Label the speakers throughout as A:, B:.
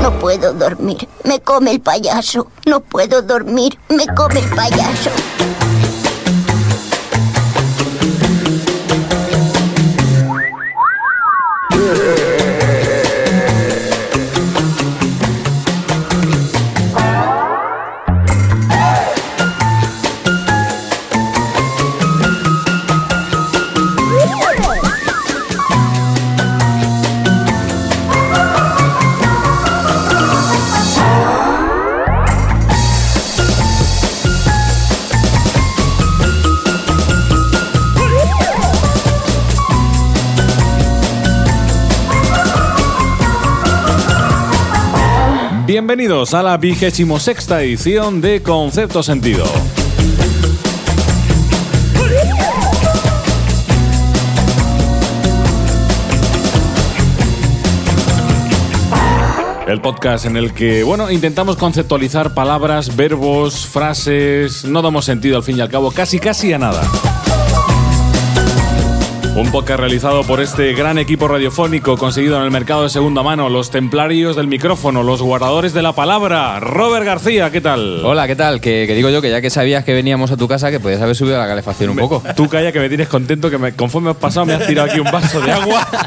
A: No puedo dormir. Me come el payaso. No puedo dormir. Me come el payaso.
B: Bienvenidos a la vigésimo sexta edición de Concepto Sentido. El podcast en el que, bueno, intentamos conceptualizar palabras, verbos, frases, no damos sentido al fin y al cabo, casi casi a nada. Un podcast realizado por este gran equipo radiofónico conseguido en el mercado de segunda mano, los templarios del micrófono, los guardadores de la palabra. Robert García, ¿qué tal?
C: Hola, ¿qué tal? Que, que digo yo que ya que sabías que veníamos a tu casa, que podías haber subido la calefacción un poco.
B: Tú calla que me tienes contento que me, conforme has pasado me has tirado aquí un vaso de agua.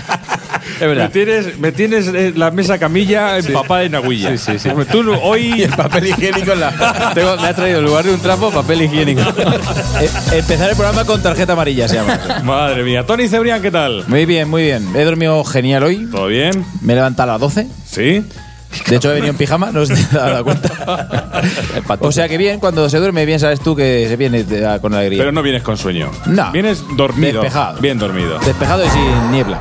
C: Es
B: Me
C: verdad.
B: tienes, me tienes eh, la mesa camilla empapada en agüilla.
C: Sí, sí, sí.
B: Tú no- hoy
C: Papel higiénico en la. Tengo- me has traído en lugar de un trapo, papel higiénico.
D: E, empezar el programa con tarjeta amarilla se llama.
B: Madre mía. Tony Cebrián, ¿qué tal?
D: Muy bien, muy bien. He dormido genial hoy.
B: ¿Todo bien?
D: Me he levantado a las 12.
B: ¿Sí?
D: De hecho, he venido en pijama, no os he dado cuenta. O sea que bien, cuando se duerme bien, sabes tú que se viene de- a- con alegría.
B: Pero no vienes con sueño.
D: No.
B: Vienes dormido.
D: Despejado.
B: Bien dormido.
D: Despejado y sin niebla.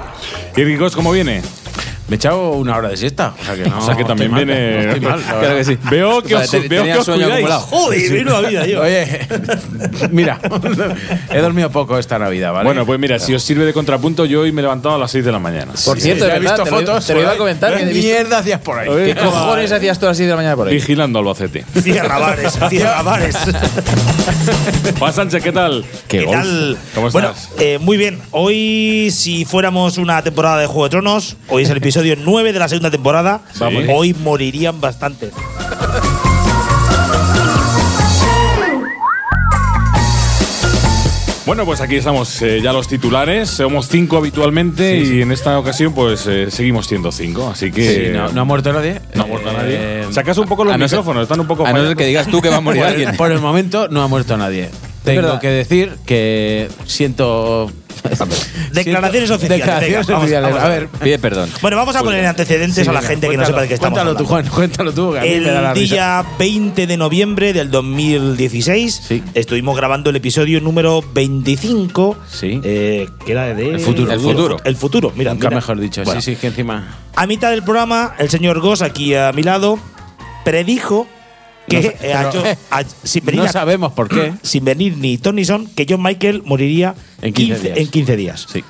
B: ¿Y Ricos cómo viene?
E: Me he echado una hora de siesta. Ah, O sea que, no,
B: O sea que también
E: estoy mal,
B: viene-
E: no estoy mal, la
C: Claro
E: verdad.
C: que sí.
B: Veo que
C: O sea,
B: os,
C: te-
B: veo
C: tenía
B: que os
C: sueño
B: cuidáis.
C: acumulado.
E: Joder, menuda vida, yo.
D: Oye,
E: Mira, he dormido poco esta Navidad, ¿vale?
B: Bueno, pues mira, si os sirve de contrapunto, yo hoy me he levantado a las 6 de la mañana.
D: por cierto,
E: Ya
D: de
E: he
D: verdad,
E: visto
D: te, lo, iba-
E: fotos.
D: te lo iba a
E: joder.
D: comentar. Que he
E: ¿Qué
D: visto-
E: mierda hacías por ahí?
B: Oye,
C: Eh,
D: ¿Qué cojones hacías tú así de la mañana por ahí?
B: Vigilando Albacete.
E: Cierra bares, cierra bares.
B: Juan Sánchez, ¿qué tal?
E: ¿Qué
F: ¿Qué tal?
B: ¿Cómo
F: bueno,
B: estás?
F: eh, muy bien. Hoy, si fuéramos una temporada de Juego de Tronos, hoy es el episodio 9 de la segunda temporada.
B: Vamos.
F: Hoy morirían bastante.
B: Bueno, pues aquí estamos eh, ya los titulares. Somos cinco habitualmente y en esta ocasión pues eh, seguimos siendo cinco. Así que
E: Sí, no, no ha muerto nadie.
B: no ha muerto nadie.
E: Eh,
B: Sacas un poco los
C: a no ser-
B: micrófonos, están un poco
C: A no ser
B: fallando.
C: que digas tú que va a morir
E: por,
C: alguien.
E: el, por el momento no ha muerto nadie. Tengo
D: verdad.
E: que decir que siento.
F: Declaraciones
E: siento-
F: oficiales,
E: Declaraciones
F: venga, vamos,
E: oficiales.
F: vamos
E: a
F: a
E: ver.
C: Pide perdón.
F: Bueno, vamos a poner en antecedentes a la gente que no sepa de qué estamos
E: Cuéntalo
F: hablando.
E: tú, Juan, cuéntalo tú, que a mí me da la
F: El
E: risa.
F: día 20 de noviembre del 2016
E: Sí.
F: estuvimos grabando el episodio número 25,
E: Sí.
F: eh, que era de...
E: El futuro.
C: El futuro.
F: El futuro, mira.
E: Nunca
F: mira.
E: mejor dicho.
F: Bueno,
E: Sí, sí, que encima.
F: A mitad del programa, el señor Goss, aquí a mi lado, predijo que
E: No sé,
F: eh, ha
E: pero-
F: hecho- ha- sin, venir
E: No
F: a-
E: sabemos por qué.
F: sin venir ni Tony Son, que John Michael moriría
E: En 15 días.
F: en 15 días.
E: Sí.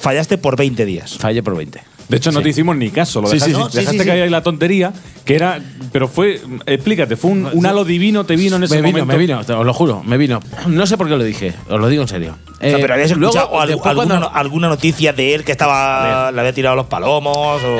F: Fallaste por 20 días.
E: Falle por 20.
B: De hecho, no te hicimos ni caso. Lo
E: Sí,
B: dejaste,
E: sí, sí.
F: No, sí,
B: dejaste
F: sí, sí.
B: caer ahí la tontería, que era. Pero fue. Explícate, fue un, un halo divino, te vino en ese
E: me vino,
B: momento.
E: me vino, te- os lo juro, me vino. No sé por qué lo dije, os lo digo en serio.
F: O sea, pero habías
E: Eh, luego,
F: escuchado al-
E: después
F: alguna,
E: cuando-
F: alguna noticia de él que estaba le había tirado los palomos o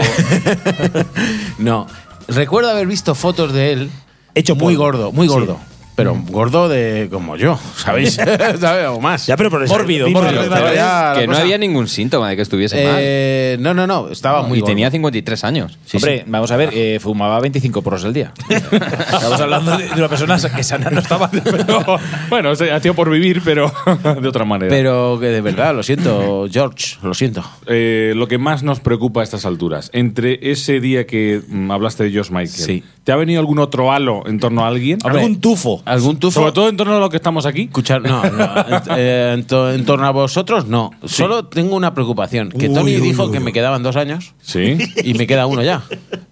E: No, recuerdo haber visto fotos de él
F: Hecho
E: muy
F: polvo.
E: gordo, muy
F: Sí.
E: gordo. Pero gordo de como yo, ¿sabéis? ¿Sabes? O más.
F: Ya, pero por eso-
E: Mórbido,
F: mismo
E: mórbido.
F: arreglo,
E: Pero ya
C: Que
E: la
C: no
E: cosa-
C: había ningún síntoma de que estuviese mal.
E: Eh, No, no, no, estaba muy
C: y tenía
E: gordo.
C: 53 años.
E: Sí,
D: Hombre, vamos a ver, eh, fumaba 25 porros al día. Estamos hablando de una persona que sana no estaba.
B: Pero, bueno, se hacía por vivir, pero de otra manera.
E: Pero que de verdad, lo siento, George, lo siento.
B: Eh, lo que más nos preocupa a estas alturas, entre ese día que mm, hablaste de Josh Michael,
E: Sí.
B: ¿te ha venido algún otro halo en torno a alguien?
F: algún tufo.
E: ¿Algún tufo?
B: Sobre todo en torno a lo que estamos aquí.
E: Escuchar, no, no, en, eh, en to- en torno a vosotros no. Solo tengo una preocupación, que
F: Uy,
E: Tony
F: uy,
E: dijo
F: uy,
E: que
F: uy.
E: me quedaban dos años
B: Sí.
E: y me queda uno ya.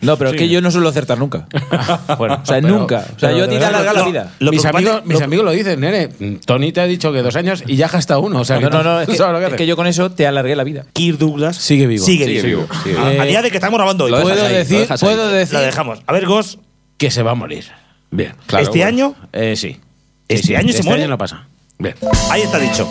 D: No, pero es que yo no suelo acertar nunca.
E: Bueno,
D: O sea,
E: pero-
D: nunca. O sea,
E: pero
D: yo a
E: de
D: ti te
E: verdad,
D: alarga
F: lo-
D: la
F: lo-
D: vida.
E: mis
F: preocupante-
E: amigos, mis
F: lo-
E: amigos lo dicen, nene. Tony te ha dicho que dos años y ya has gastado uno. O sea, que
D: No, no, no. Es que,
E: ¿sabes lo que
D: es
E: haces?
D: que yo con eso te alargué la vida.
F: Kirk Douglas
E: Sigue vivo.
F: Sigue,
B: Sigue
F: vivo.
B: vivo, sigue
F: A-
E: vivo.
F: A, día de que estamos grabando hoy.
C: Lo
F: Pues,
C: dejas
E: puedo
C: ahí, lo
E: decir,
C: dejas ahí.
E: puedo decir
F: la dejamos. A ver, Goss,
E: que se va a morir.
B: Bien.
C: Claro,
F: este
C: bueno.
F: año
E: Eh, sí. Sí,
F: ¿Este
E: sí,
F: año se
E: este
F: muere?
E: año no pasa.
B: Bien.
F: Ahí está dicho.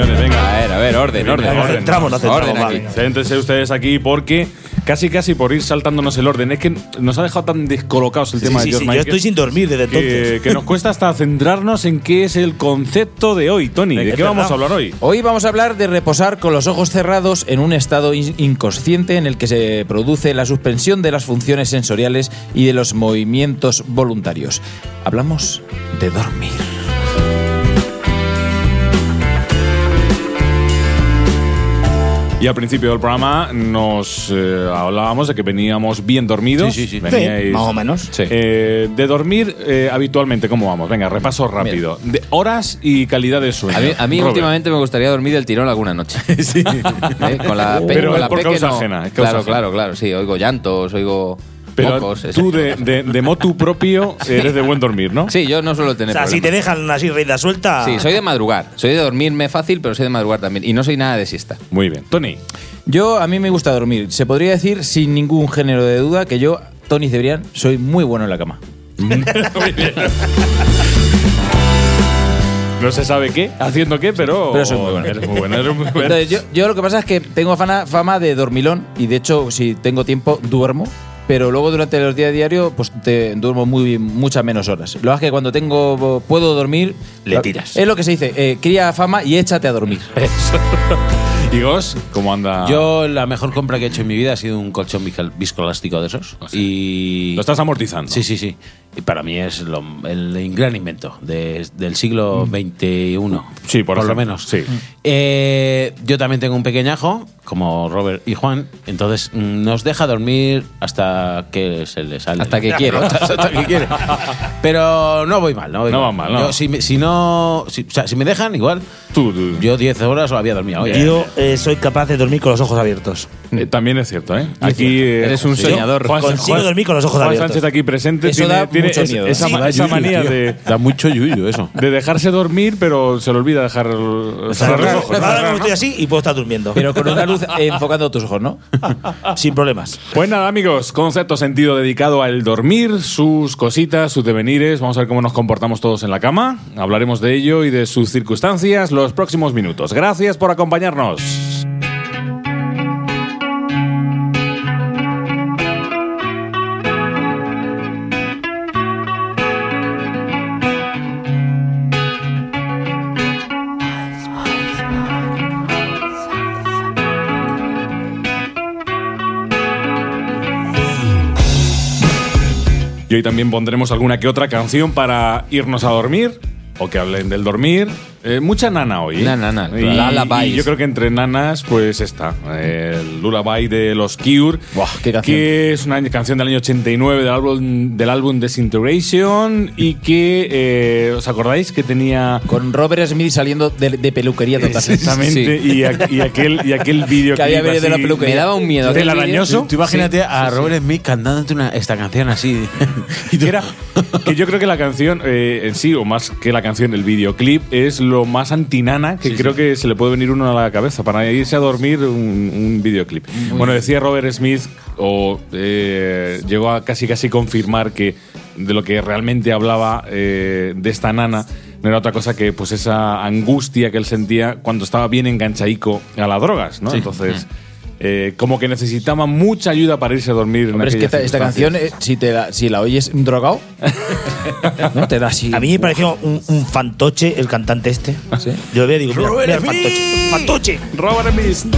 C: orden, orden.
F: Venga,
C: orden.
F: centramos, nos centramos,
C: Orden aquí.
F: vale.
B: Céntrense ustedes aquí porque casi casi por ir saltándonos el orden. Es que nos ha dejado tan descolocados el
F: Sí,
B: tema de
F: sí, sí,
B: George
F: yo
B: Michael
F: estoy sin dormir desde entonces.
B: que, que nos cuesta hasta centrarnos en qué es el concepto de hoy. Tony, ¿de
F: Es
B: qué vamos
F: verdad.
B: a hablar hoy?
D: Hoy vamos a hablar de reposar con los ojos cerrados en un estado in- inconsciente en el que se produce la suspensión de las funciones sensoriales y de los movimientos voluntarios. Hablamos de dormir.
B: Y al principio del programa nos eh, hablábamos de que veníamos bien dormidos.
G: Sí, sí, sí.
B: Veníais-
F: Sí, más o menos.
C: Sí.
B: Eh, de dormir eh, habitualmente, ¿cómo vamos? Venga, repaso rápido. De horas y calidad de sueño.
C: A mí, a mí
B: Robert.
C: últimamente me gustaría dormir del tirón alguna noche. ¿Eh? Con la pe-
B: Pero
C: con
B: es
C: la
B: por
C: peque
B: causa
C: no.
B: ajena, es causa
C: Claro,
B: ajena.
C: claro, claro. Sí, oigo llantos, oigo
B: Pero
C: mocos, esas
B: tú de,
C: cosas.
B: de, de motu propio eres de buen dormir, ¿no?
C: Sí, yo no suelo tener
F: O sea, si te
C: problemas.
F: dejan así reina suelta.
C: Sí, soy de madrugar. Soy de dormirme fácil, pero soy de madrugar también. Y no soy nada de siesta.
B: Muy bien. Tony,
D: Yo, a mí me gusta dormir. Se podría decir sin ningún género de duda que yo, Tony Cebrián, soy muy bueno en la cama.
B: no se sabe qué, haciendo qué, pero.
D: Pero soy muy bueno.
B: Eres muy bueno. eres muy bueno.
D: Entonces, yo, yo lo que pasa es que tengo fama, fama de dormilón y de hecho, si tengo tiempo, duermo. Pero luego durante los días diarios, pues te duermo muy muchas menos horas. Lo que pasa es que cuando tengo puedo dormir,
F: Le tiras.
D: Es lo que se dice, eh, cría fama y échate a dormir.
B: ¿Y vos? ¿Cómo
E: Ah.
B: anda?
G: Yo la mejor compra que he hecho en mi vida ha sido un colchón visco- viscoelástico de esos.
E: Ah,
G: y
B: Lo estás amortizando.
G: Sí, sí, sí. Y para mí es lo- el gran invento de- del siglo XXI.
B: Sí, por
G: lo
B: ejemplo,
G: menos.
B: sí.
G: Eh, yo también tengo un pequeñajo, como Robert y Juan. Entonces mm, nos deja dormir hasta que se le sale.
C: Hasta que quiero.
G: hasta que quiere. Pero no voy mal, no voy
B: No va mal, no.
G: Yo, si, me- si no. Si, o sea, si me dejan, igual.
B: Tú, tú.
G: Yo 10 horas lo había dormido. hoy.
F: Yo eh, soy capaz de dormir con los ojos abiertos.
B: Eh, también es cierto, ¿eh? Aquí. eh,
C: Eres un
B: sí.
C: soñador.
F: Consigo dormir con los ojos
B: Juan
F: abiertos.
B: Sánchez aquí presente
D: Eso
B: tiene,
D: da
B: tiene
D: mucho
B: es-
D: miedo,
B: esa,
D: ¿eh?
B: ma- esa manía de,
G: Da mucho yuyu eso.
B: de dejarse dormir, pero se le olvida dejar cerrar los ojos.
F: Ahora mismo estoy así y puedo estar durmiendo.
D: Pero con una luz eh, enfocando tus ojos, ¿no?
F: sin problemas.
B: Pues nada, amigos, concepto sentido dedicado al dormir, sus cositas, sus devenires. Vamos a ver cómo nos comportamos todos en la cama. Hablaremos de ello y de sus circunstancias los próximos minutos. Gracias por acompañarnos. Y hoy también pondremos alguna que otra canción para irnos a dormir o que hablen del dormir. Eh, mucha nana hoy. ¿eh?
C: Nana, nana,
B: Y-
C: claro.
B: y,
C: Lullabies.
B: yo creo que entre nanas, pues está. eh, El Lullaby de los Cure.
D: Buah, qué canción.
B: Que es una canción del año 89 del álbum, del álbum Desintegration y que, eh, ¿os acordáis que tenía
D: Con Robert Smith saliendo de, de peluquería total.
B: Exactamente, y, a- y aquel, y aquel vídeo
D: Que había venido de la peluquería.
C: Me daba un miedo. aquel
B: Telarañoso.
G: Tú imagínate a Robert Smith cantándote una, esta canción así.
B: Y que, era- que yo creo que la canción eh, en sí, o más que la canción, el videoclip, es lo más antinana que creo que se le puede venir uno a la cabeza para irse a dormir un, un videoclip. bueno, decía Robert Smith, o eh, llegó a casi casi confirmar que de lo que realmente hablaba eh, de esta nana no era otra cosa que pues esa angustia que él sentía cuando estaba bien enganchaico a las drogas, ¿no? Entonces, eh, como que necesitaba mucha ayuda para irse a dormir. en
D: Hombre, es que
B: aquellas
D: esta, esta
B: circunstancias.
D: canción, eh, si, te la, si la oyes drogado, ¿no? te da así.
F: A mí me pareció un, un fantoche el cantante este. Yo lo veo y digo, mira, mira el fantoche. ¡Fantoche!
B: Robert Smith.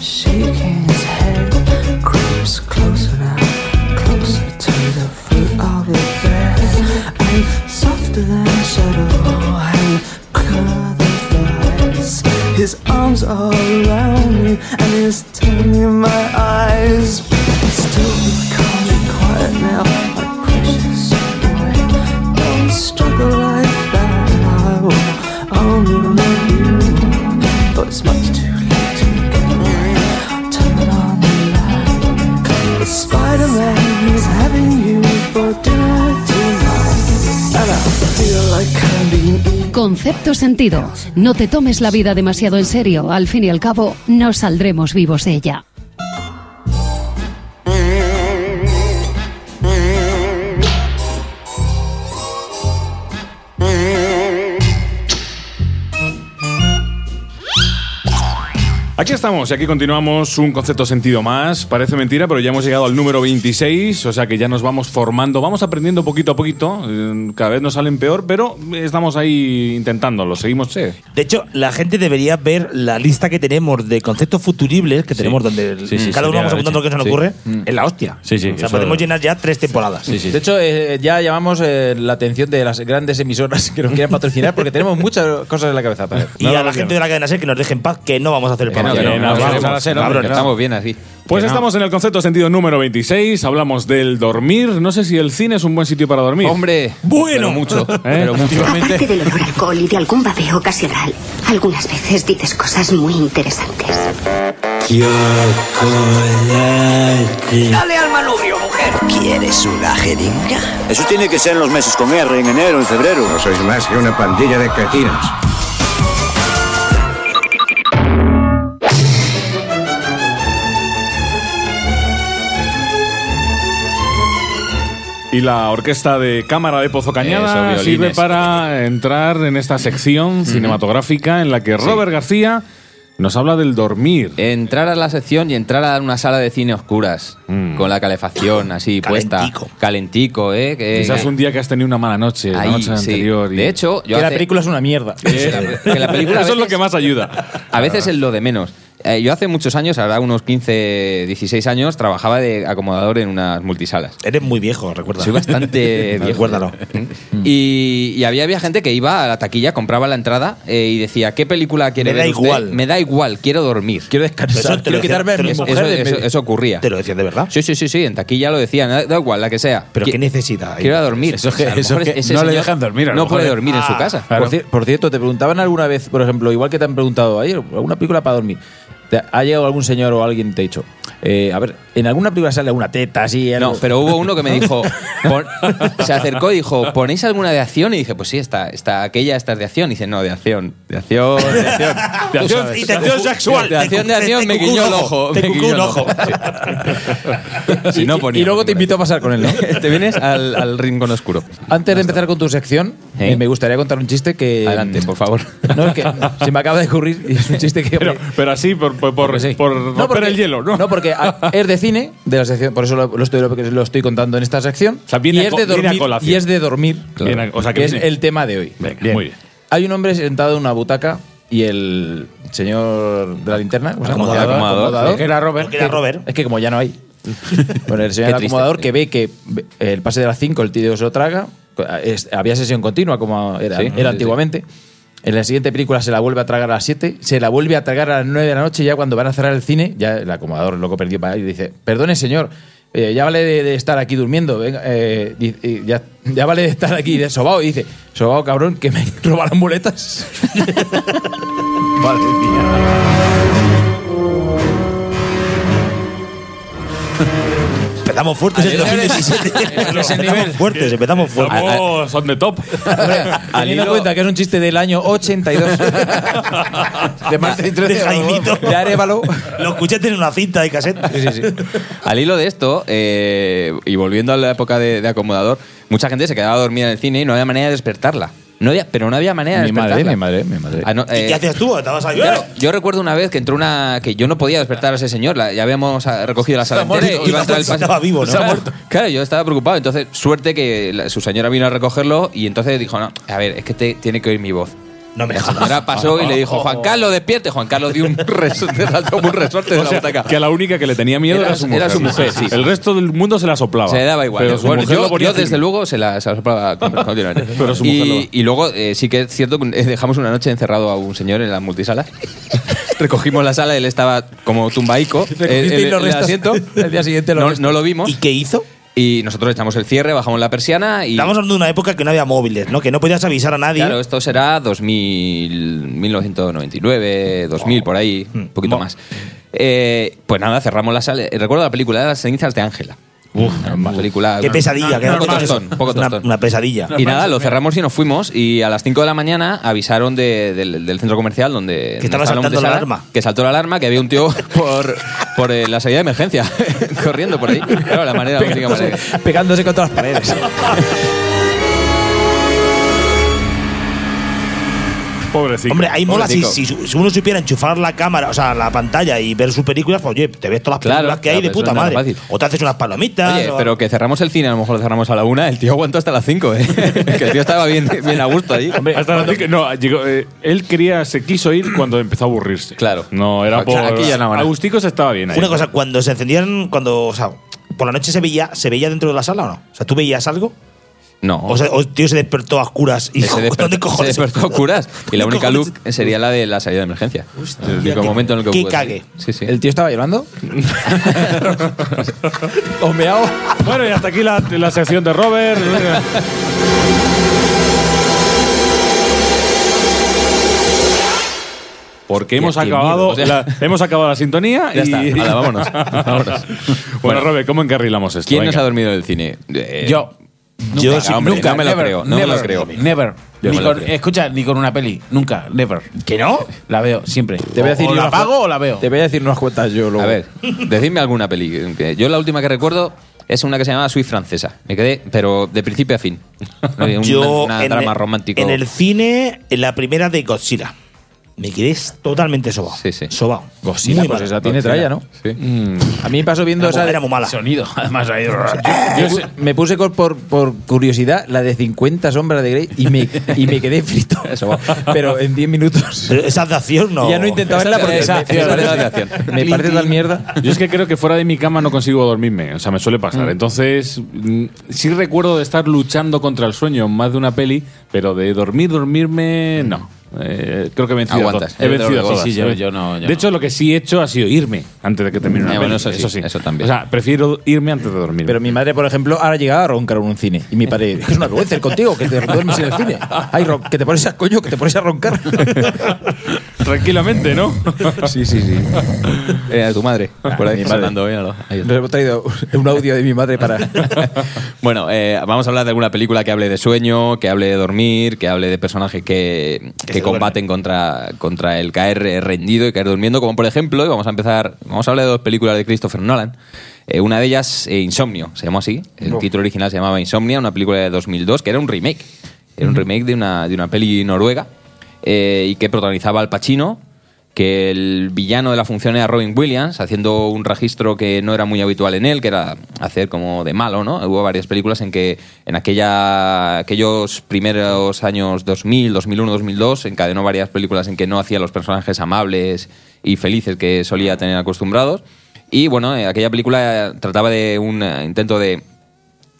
H: Shaking his head, creeps closer now, closer to the foot of the bed. And softer than a shadow, and quicker than flies. His arms all around me, and he's turning in my eyes. Still, calm and quiet now, my precious boy. Don't struggle like that. I will only love you.
I: Concepto sentido. No te tomes la vida demasiado en serio. Al fin y al cabo, no saldremos vivos de ella.
B: Aquí estamos y aquí continuamos un concepto sentido más. Parece mentira, pero ya hemos llegado al número 26, o sea que ya nos vamos formando, vamos aprendiendo poquito a poquito. eh, Cada vez nos salen peor, pero estamos ahí intentándolo, seguimos.
F: De hecho, la gente debería ver la lista que tenemos de conceptos futuribles que tenemos, donde el-
G: Sí, sí,
F: cada
G: sería
F: uno vamos
G: la
F: apuntando lo que
G: leche.
F: se nos
G: Sí.
F: ocurre. Es la hostia.
G: Sí, sí,
F: O sea,
G: eso-
F: podemos llenar ya tres temporadas.
G: sí.
D: De hecho, eh, ya llamamos eh, la atención de las grandes emisoras que nos quieren patrocinar porque tenemos muchas cosas en la cabeza. Para
F: Y a la gente de la cadena SER que nos deje en paz, que no vamos a hacer el
C: Que no,
F: programa.
C: que no, no,
B: que no,
C: que
B: vamos
C: no,
B: a la
C: que
B: cena,
C: no,
B: hombre,
C: que
B: no.
C: estamos bien así.
B: Pues
C: Que no.
B: estamos en el concepto sentido número 26, hablamos del dormir. No sé si el cine es un buen sitio para dormir.
C: Hombre,
F: Bueno.
C: pero mucho,
B: ¿Eh?
C: pero mucho.
A: Aparte del olor a alcohol y de algún babeo ocasional, algunas veces dices cosas muy interesantes.
J: Dale al manubrio, mujer. ¿Quieres una jeringa?
K: Eso tiene que ser en los meses con R, en enero, en febrero. No sois más que una pandilla de cretinos.
B: Y la orquesta de cámara de Pozo Cañada
C: Eso, violines.
B: sirve para entrar en esta sección cinematográfica en la que Robert García nos habla del dormir.
C: Entrar a la sección y entrar a una sala de cine oscuras,
B: Mm.
C: con la calefacción así
F: Calentico.
C: puesta. Calentico, ¿eh? Que,
B: Quizás un día que has tenido una mala noche, la
C: ahí,
B: noche
C: sí.
B: anterior. y-
C: De hecho, yo
D: que la
C: hace-
D: película es una mierda.
C: Eh, que la película a
B: Eso es lo
C: veces-
B: que más ayuda.
C: A veces es lo de menos. Eh, yo hace muchos años, ahora unos 15, 16 años, trabajaba de acomodador en unas multisalas.
F: Eres muy viejo, recuerda.
C: Soy bastante viejo.
F: Recuérdalo.
C: Y, y había, había gente que iba a la taquilla, compraba la entrada eh, y decía, ¿qué película quiere
F: Me
C: ver
F: da
C: usted?
F: igual.
C: Me da igual, quiero dormir.
D: Quiero
F: Eso te
D: descansar,
F: lo
D: quiero
F: decía-
D: quitarme a
F: te lo
D: mi
F: decía-
C: Eso,
D: mujer de en
C: eso-
D: medio.
C: eso ocurría.
F: Te lo decías de verdad.
C: Sí, sí, sí, sí, en taquilla lo decían, da igual, la que sea.
F: Pero
C: Qui-
F: qué necesidad. hay?
C: Quiero ir a dormir.
G: Eso es que-
C: O sea, a lo
G: eso es
C: mejor
G: que
C: ese
G: no le
C: señor
G: dejan dormir, a lo
C: No
G: mejor
C: puede
G: es-
C: dormir en su
F: Ah,
C: casa.
D: Por, cier- por cierto, te preguntaban alguna vez, por ejemplo, igual que te han preguntado ayer, alguna película para dormir. ¿Te ¿Ha llegado algún señor o alguien y te ha dicho, eh, a ver, en alguna película sale una teta así? algo?
C: No, pero hubo uno que me dijo, pon- se acercó y dijo, ¿ponéis alguna de acción? Y dije, pues sí, está, está aquella, esta es de acción. Y dice, no, de acción, de acción, de acción.
B: De acción,
F: Y te acción sexual.
C: De acción, de acción, me guiñó el ojo.
F: Te
C: me
F: cucú
C: guiñó
F: un
C: el
F: ojo.
C: Si no, ponía
D: y luego te invito a pasar con él, ¿no?
C: te vienes al, al rincón oscuro.
D: Antes de empezar con tu sección,
C: ¿Eh?
D: eh, me gustaría contar un chiste que...
C: Adelante, por favor.
D: No, es que se me acaba de ocurrir y es un chiste que...
B: Pero, pero así, por, por, por,
D: Pues sí.
B: por
D: No,
B: romper el hielo, ¿no?
D: porque a- es de cine, de la sección, por eso lo, lo estoy, lo, lo estoy contando en esta sección.
B: sea, viene
D: y,
B: a
D: es
B: co-
D: de
B: viene a
D: dormir,
B: colación.
D: y es de dormir,
B: Viene a- o sea, que
D: que es
B: viene.
D: el tema de hoy.
B: Venga, muy bien.
D: Hay un hombre sentado en una butaca y el señor de la linterna, ¿cómo se llama?
F: Acomodador.
D: Acomodador.
G: Que era Robert.
F: Porque era Robert.
D: Es que como ya no hay. Bueno, el señor
C: Qué triste.
D: acomodador que ve que ve- el pase de las 5 el tío se lo traga. Es- había sesión continua como era,
C: Sí,
D: era
C: sí, sí.
D: antiguamente. En la siguiente película se la vuelve a tragar a las 7, se la vuelve a tragar a las 9 de la noche. Ya cuando van a cerrar el cine, ya el acomodador loco perdió para ahí y dice: Perdone, señor, eh, ya vale de, de estar aquí durmiendo. venga, eh, di- eh, ya, ya vale de estar aquí de sobao. Y dice: Sobao, cabrón, que me roban las muletas.
F: Empezamos fuertes en 2017. Empezamos fuertes, empezamos fuertes.
B: Tampoco son de top.
D: Hombre,
C: Al
D: teniendo
C: hilo-
D: en cuenta que es un chiste del año 82 de Martín
F: De Jaimito.
D: de Arevalo.
F: Lo escuchaste en una cinta de cassette.
C: Al hilo de esto, eh, y volviendo a la época de, de acomodador, mucha gente se quedaba dormida en el cine y no había manera de despertarla. No había, pero no había manera de despertarla.
D: madre, mi madre.
C: Ah, no,
F: ¿Y
C: eh,
F: qué hacías tú? ¿Estabas ahí?
C: Claro,
F: ¡Eh!
C: yo recuerdo una vez que entró una. que yo no podía despertar a ese señor, la- ya habíamos ah, recogido la sala entera
F: muerto,
C: y iba a
F: está
C: entrar el
F: muerto,
C: pase-
F: estaba vivo, ¿no?
C: Claro,
F: Se ha muerto.
C: Claro, yo estaba preocupado, entonces, suerte que la- su señora vino a recogerlo y entonces dijo: No, a ver, es que te, tiene que oír mi voz.
F: No me
C: La
F: jodas.
C: señora pasó y le dijo: Juan Carlos, despierte. Juan Carlos dio un resorte, saltó como un resorte de
B: O
C: la
B: sea,
C: butaca.
B: que a la única que le tenía miedo era,
C: Era-
B: su mujer.
C: era su mujer, sí.
B: El resto del mundo se la soplaba.
C: Se le daba igual.
B: Pero su
C: Bueno,
B: mujer
C: yo,
B: lo ponía
C: yo, desde
B: firme.
C: luego, se la, se la soplaba con- continuamente.
B: Pero su mujer lo-
C: y, y luego, eh, sí que es cierto que eh, dejamos una noche encerrado a un señor en la multisala. Recogimos la sala, él estaba como tumbaico. en- en-
D: Recogisteis los
C: en el
D: restos
C: asiento.
D: el día siguiente los
C: No,
D: restos.
C: no lo vimos.
F: ¿Y qué hizo?
C: Y nosotros echamos el cierre, bajamos la persiana y.
F: Estamos hablando de una época que no había móviles, ¿no? Que no podías avisar a nadie.
C: Claro, esto será 2000, 1999, 2000, por ahí, un poquito
F: Mo-
C: Eh, más. Eh, pues nada, cerramos la sala. Recuerdo la película, era Las cenizas de Ángela. Una película.
F: Qué
C: Normal.
F: pesadilla, que era
C: Un poco
F: normal.
C: tostón, un poco
F: Una-
C: tostón.
F: una pesadilla.
C: Y nada, lo cerramos y nos fuimos. Y a las 5 de la mañana avisaron de- del, del centro comercial donde. donde
F: estaba
C: estábamos de
F: saltando la
C: Sara,
F: alarma.
C: Que saltó la alarma, que había un tío por, por eh, la salida de emergencia, corriendo por ahí. Claro, la manera, la única manera.
D: pegándose contra las paredes.
B: Pobrecito.
F: Hombre, ahí mola si,
C: Pobrecito.
F: si- si uno supiera enchufar la cámara, o sea, la pantalla y ver sus películas, pues oye, te ves todas las
C: Claro,
F: películas que hay
C: claro,
F: de
C: eso
F: puta
C: es nada
F: madre.
C: fácil.
F: O te haces unas palomitas.
C: Oye,
F: o-
C: pero que cerramos el cine, a lo mejor lo cerramos a la una, el tío aguantó hasta las 5, ¿eh? que el tío estaba bien, bien a gusto allí.
B: Hasta las cinco- no, llegó, eh, él quería, se quiso ir cuando empezó a aburrirse.
C: Claro.
B: No, era
C: Aquí-
B: por.
C: aquí ya no, no.
B: Agustico se estaba bien ahí.
F: Una cosa, cuando se encendían, cuando, o sea, por la noche se veía, se veía dentro de la sala o no? O sea, ¿tú veías algo?
C: No.
F: O, sea, o el tío se despertó a oscuras
C: Que
F: y
C: se
F: dijo,
C: despertó,
F: ¿dónde cojones?
C: se despertó a curas. Y la
F: ¿Dónde
C: única
F: cojones?
C: luz sería la de la salida de emergencia. el único
F: qué-
C: momento en el que
F: qué
C: pude salir.
F: cague.
C: Sí, sí.
D: ¿El tío estaba llorando? ¿O meao?
B: Bueno, y hasta aquí la, la sección de Robert. Porque hemos
C: qué miedo,
B: acabado,
C: o sea.
B: la, hemos acabado la sintonía
C: Ya
B: y.
C: está, ala, vámonos. vámonos.
B: Bueno, Robert, ¿cómo encarrilamos esto?
C: ¿Quién
B: Venga.
C: nos ha dormido en el cine? Eh,
G: Yo.
C: Yo sí, nunca,
G: me lo creo. No me lo creo. Never.
C: Yo
G: Ni
C: me lo
G: con-
C: creo.
G: Escucha, ni con una peli. Nunca. Never.
F: ¿Que no?
G: La veo siempre. Te
D: voy a decir
G: o
D: yo
G: la
D: una
G: pago
D: cosa.
G: o la veo.
D: Te voy a decir unas cuentas yo luego.
C: A ver, decidme alguna peli. que- Yo la última que recuerdo es una que se llamaba Swiss Francesa. Me quedé, pero de principio a fin. No había Un,
F: Yo
C: una
F: en
C: drama
F: el-
C: romántico.
F: En el cine, en la primera de Godzilla. Me quedé totalmente sobao.
C: Sí, sí.
F: Sobao.
D: Godzilla,
F: Muy
D: pues
F: mal.
D: esa tiene tralla, ¿no?
C: Sí.
D: A mí me pasó viendo
F: Era
D: esa.
F: mu-
D: de-
F: era muy mala.
G: Sonido, además ahí.
D: me pu- me puse cor- por, por curiosidad la de 50 sombras de Grey y me, y me quedé frito.
C: Eso va.
D: Pero en 10 minutos.
F: Pero esa de acción no.
D: Ya no he intentado verla porque
C: Esa-
D: me-
C: esa-
D: me,
C: esa-
D: parece,
C: esa- esa-
D: me parece tal mierda.
B: Yo es que creo que fuera de mi cama no consigo dormirme, o sea, me suele pasar. Entonces, mm, sí recuerdo de estar luchando contra el sueño en más de una peli, pero de dormir, dormirme, no. Eh, creo que he vencido
C: Aguantas.
B: a todas. He vencido a
C: Sí,
B: todas.
G: sí, yo- yo no, yo
B: de
G: no.
B: hecho, lo que sí he hecho ha sido irme antes de que termine una
C: Eh,
B: peli.
C: bueno, eso sí, eso también.
B: O sea, prefiero irme antes de dormir.
D: Pero mi madre, por ejemplo, ahora llegaba a roncar en un cine. Y mi padre, es que es una vergüenza ir contigo, que te duermes en el cine. Ay, ro- que te pones a coño, que te pones a roncar.
B: Tranquilamente, ¿no?
D: Sí, sí, sí.
C: Era Eh, tu madre. Por ahí saltando, míralo. Ahí está.
D: Nos hemos traído un audio de mi madre para.
C: Bueno, eh, vamos a hablar de alguna película que hable de sueño, que hable de dormir, que hable de personajes que, que
F: se
C: combaten contra, contra el caer rendido y caer durmiendo, como por ejemplo, y vamos a empezar, vamos a hablar de dos películas de Christopher Nolan. Eh, una de ellas, eh, Insomnio, se llamó así. El título original se llamaba Insomnia, una película de 2002 que era un remake. Era un remake de una, de una peli noruega eh, y que protagonizaba al Pacino, que el villano de la función era Robin Williams, haciendo un registro que no era muy habitual en él, que era hacer como de malo, ¿no? Hubo varias películas en que en aquella, aquellos primeros años 2000, 2001, 2002, encadenó varias películas en que no hacía los personajes amables y felices que solía tener acostumbrados. Y bueno, eh, aquella película trataba de un eh, intento de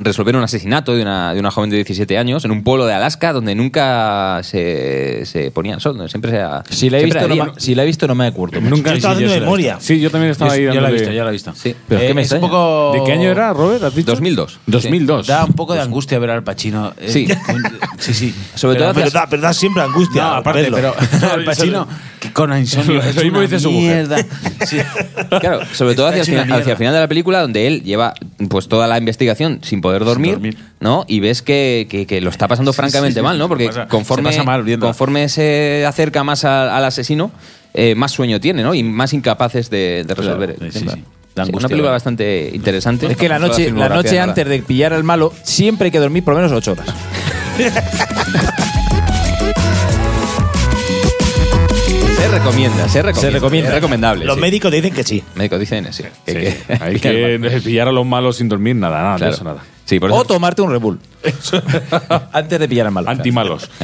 C: resolver un asesinato de una, de una joven de 17 años en un pueblo de Alaska donde nunca se, se ponía el sol, donde siempre era
D: Si la he
C: siempre
D: visto,
C: era
D: no,
C: día,
D: ma- si la he visto, no me acuerdo. macho.
B: Nunca
F: Yo estaba
B: sí,
F: haciendo
B: sí la he
F: memoria.
B: visto. Sí, yo también estaba ahí
G: Yo, yo la he
B: dándole- Eh,
G: visto, ya la he visto. Eh,
C: Sí.
D: Pero es que me
G: es un
D: extraña.
G: poco.
B: ¿De qué año era, Robert? ¿Has dicho?
C: 2002.
B: 2002.
G: Da un poco de angustia ver al Pacino. eh,
C: Sí.
G: con- sí, sí.
C: Sobre
G: Pero-
C: todo
F: Pero
G: pero-
F: da, pero da siempre angustia.
G: no, aparte,
F: verlo.
G: pero al Pacino que con insomnio
B: Lo
G: es
B: mismo
G: una
B: dice su mujer.
G: mierda. Sí.
C: Claro, sobre todo
G: Está
C: hacia el,
G: hecho
C: final,
G: una
C: hacia el
G: mierda.
C: final de la película, donde él lleva pues toda la investigación sin poder dormir,
G: dormir.
C: ¿no? Y ves que, que- que lo está pasando francamente
G: sí,
C: mal, ¿no? Porque
G: se pasa-
C: conforme,
G: se pasa mal viéndola.
C: conforme se acerca más al, al asesino, eh, más sueño tiene, ¿no? Y más incapaces de, de resolver.
G: Claro,
C: el
G: sí,
C: tema.
G: sí. Da
C: Sí,
G: angustia,
C: una película
G: ¿verdad?
C: bastante interesante.
D: Es que la noche, la noche antes de pillar al malo, siempre hay que dormir por lo menos 8 horas.
C: Se recomienda, se recomienda.
D: Se recomienda.
C: Es recomendable.
F: Los
C: sí.
F: médicos dicen que sí.
C: Médicos dicen sí, que-
B: Sí,
C: que-
B: Hay que pillar a los malos sin dormir, nada, nada, de
C: Claro.
B: eso nada.
C: Sí, por eso-
D: O tomarte un Red Bull. Antes de pillar al malo.
B: Antimalos.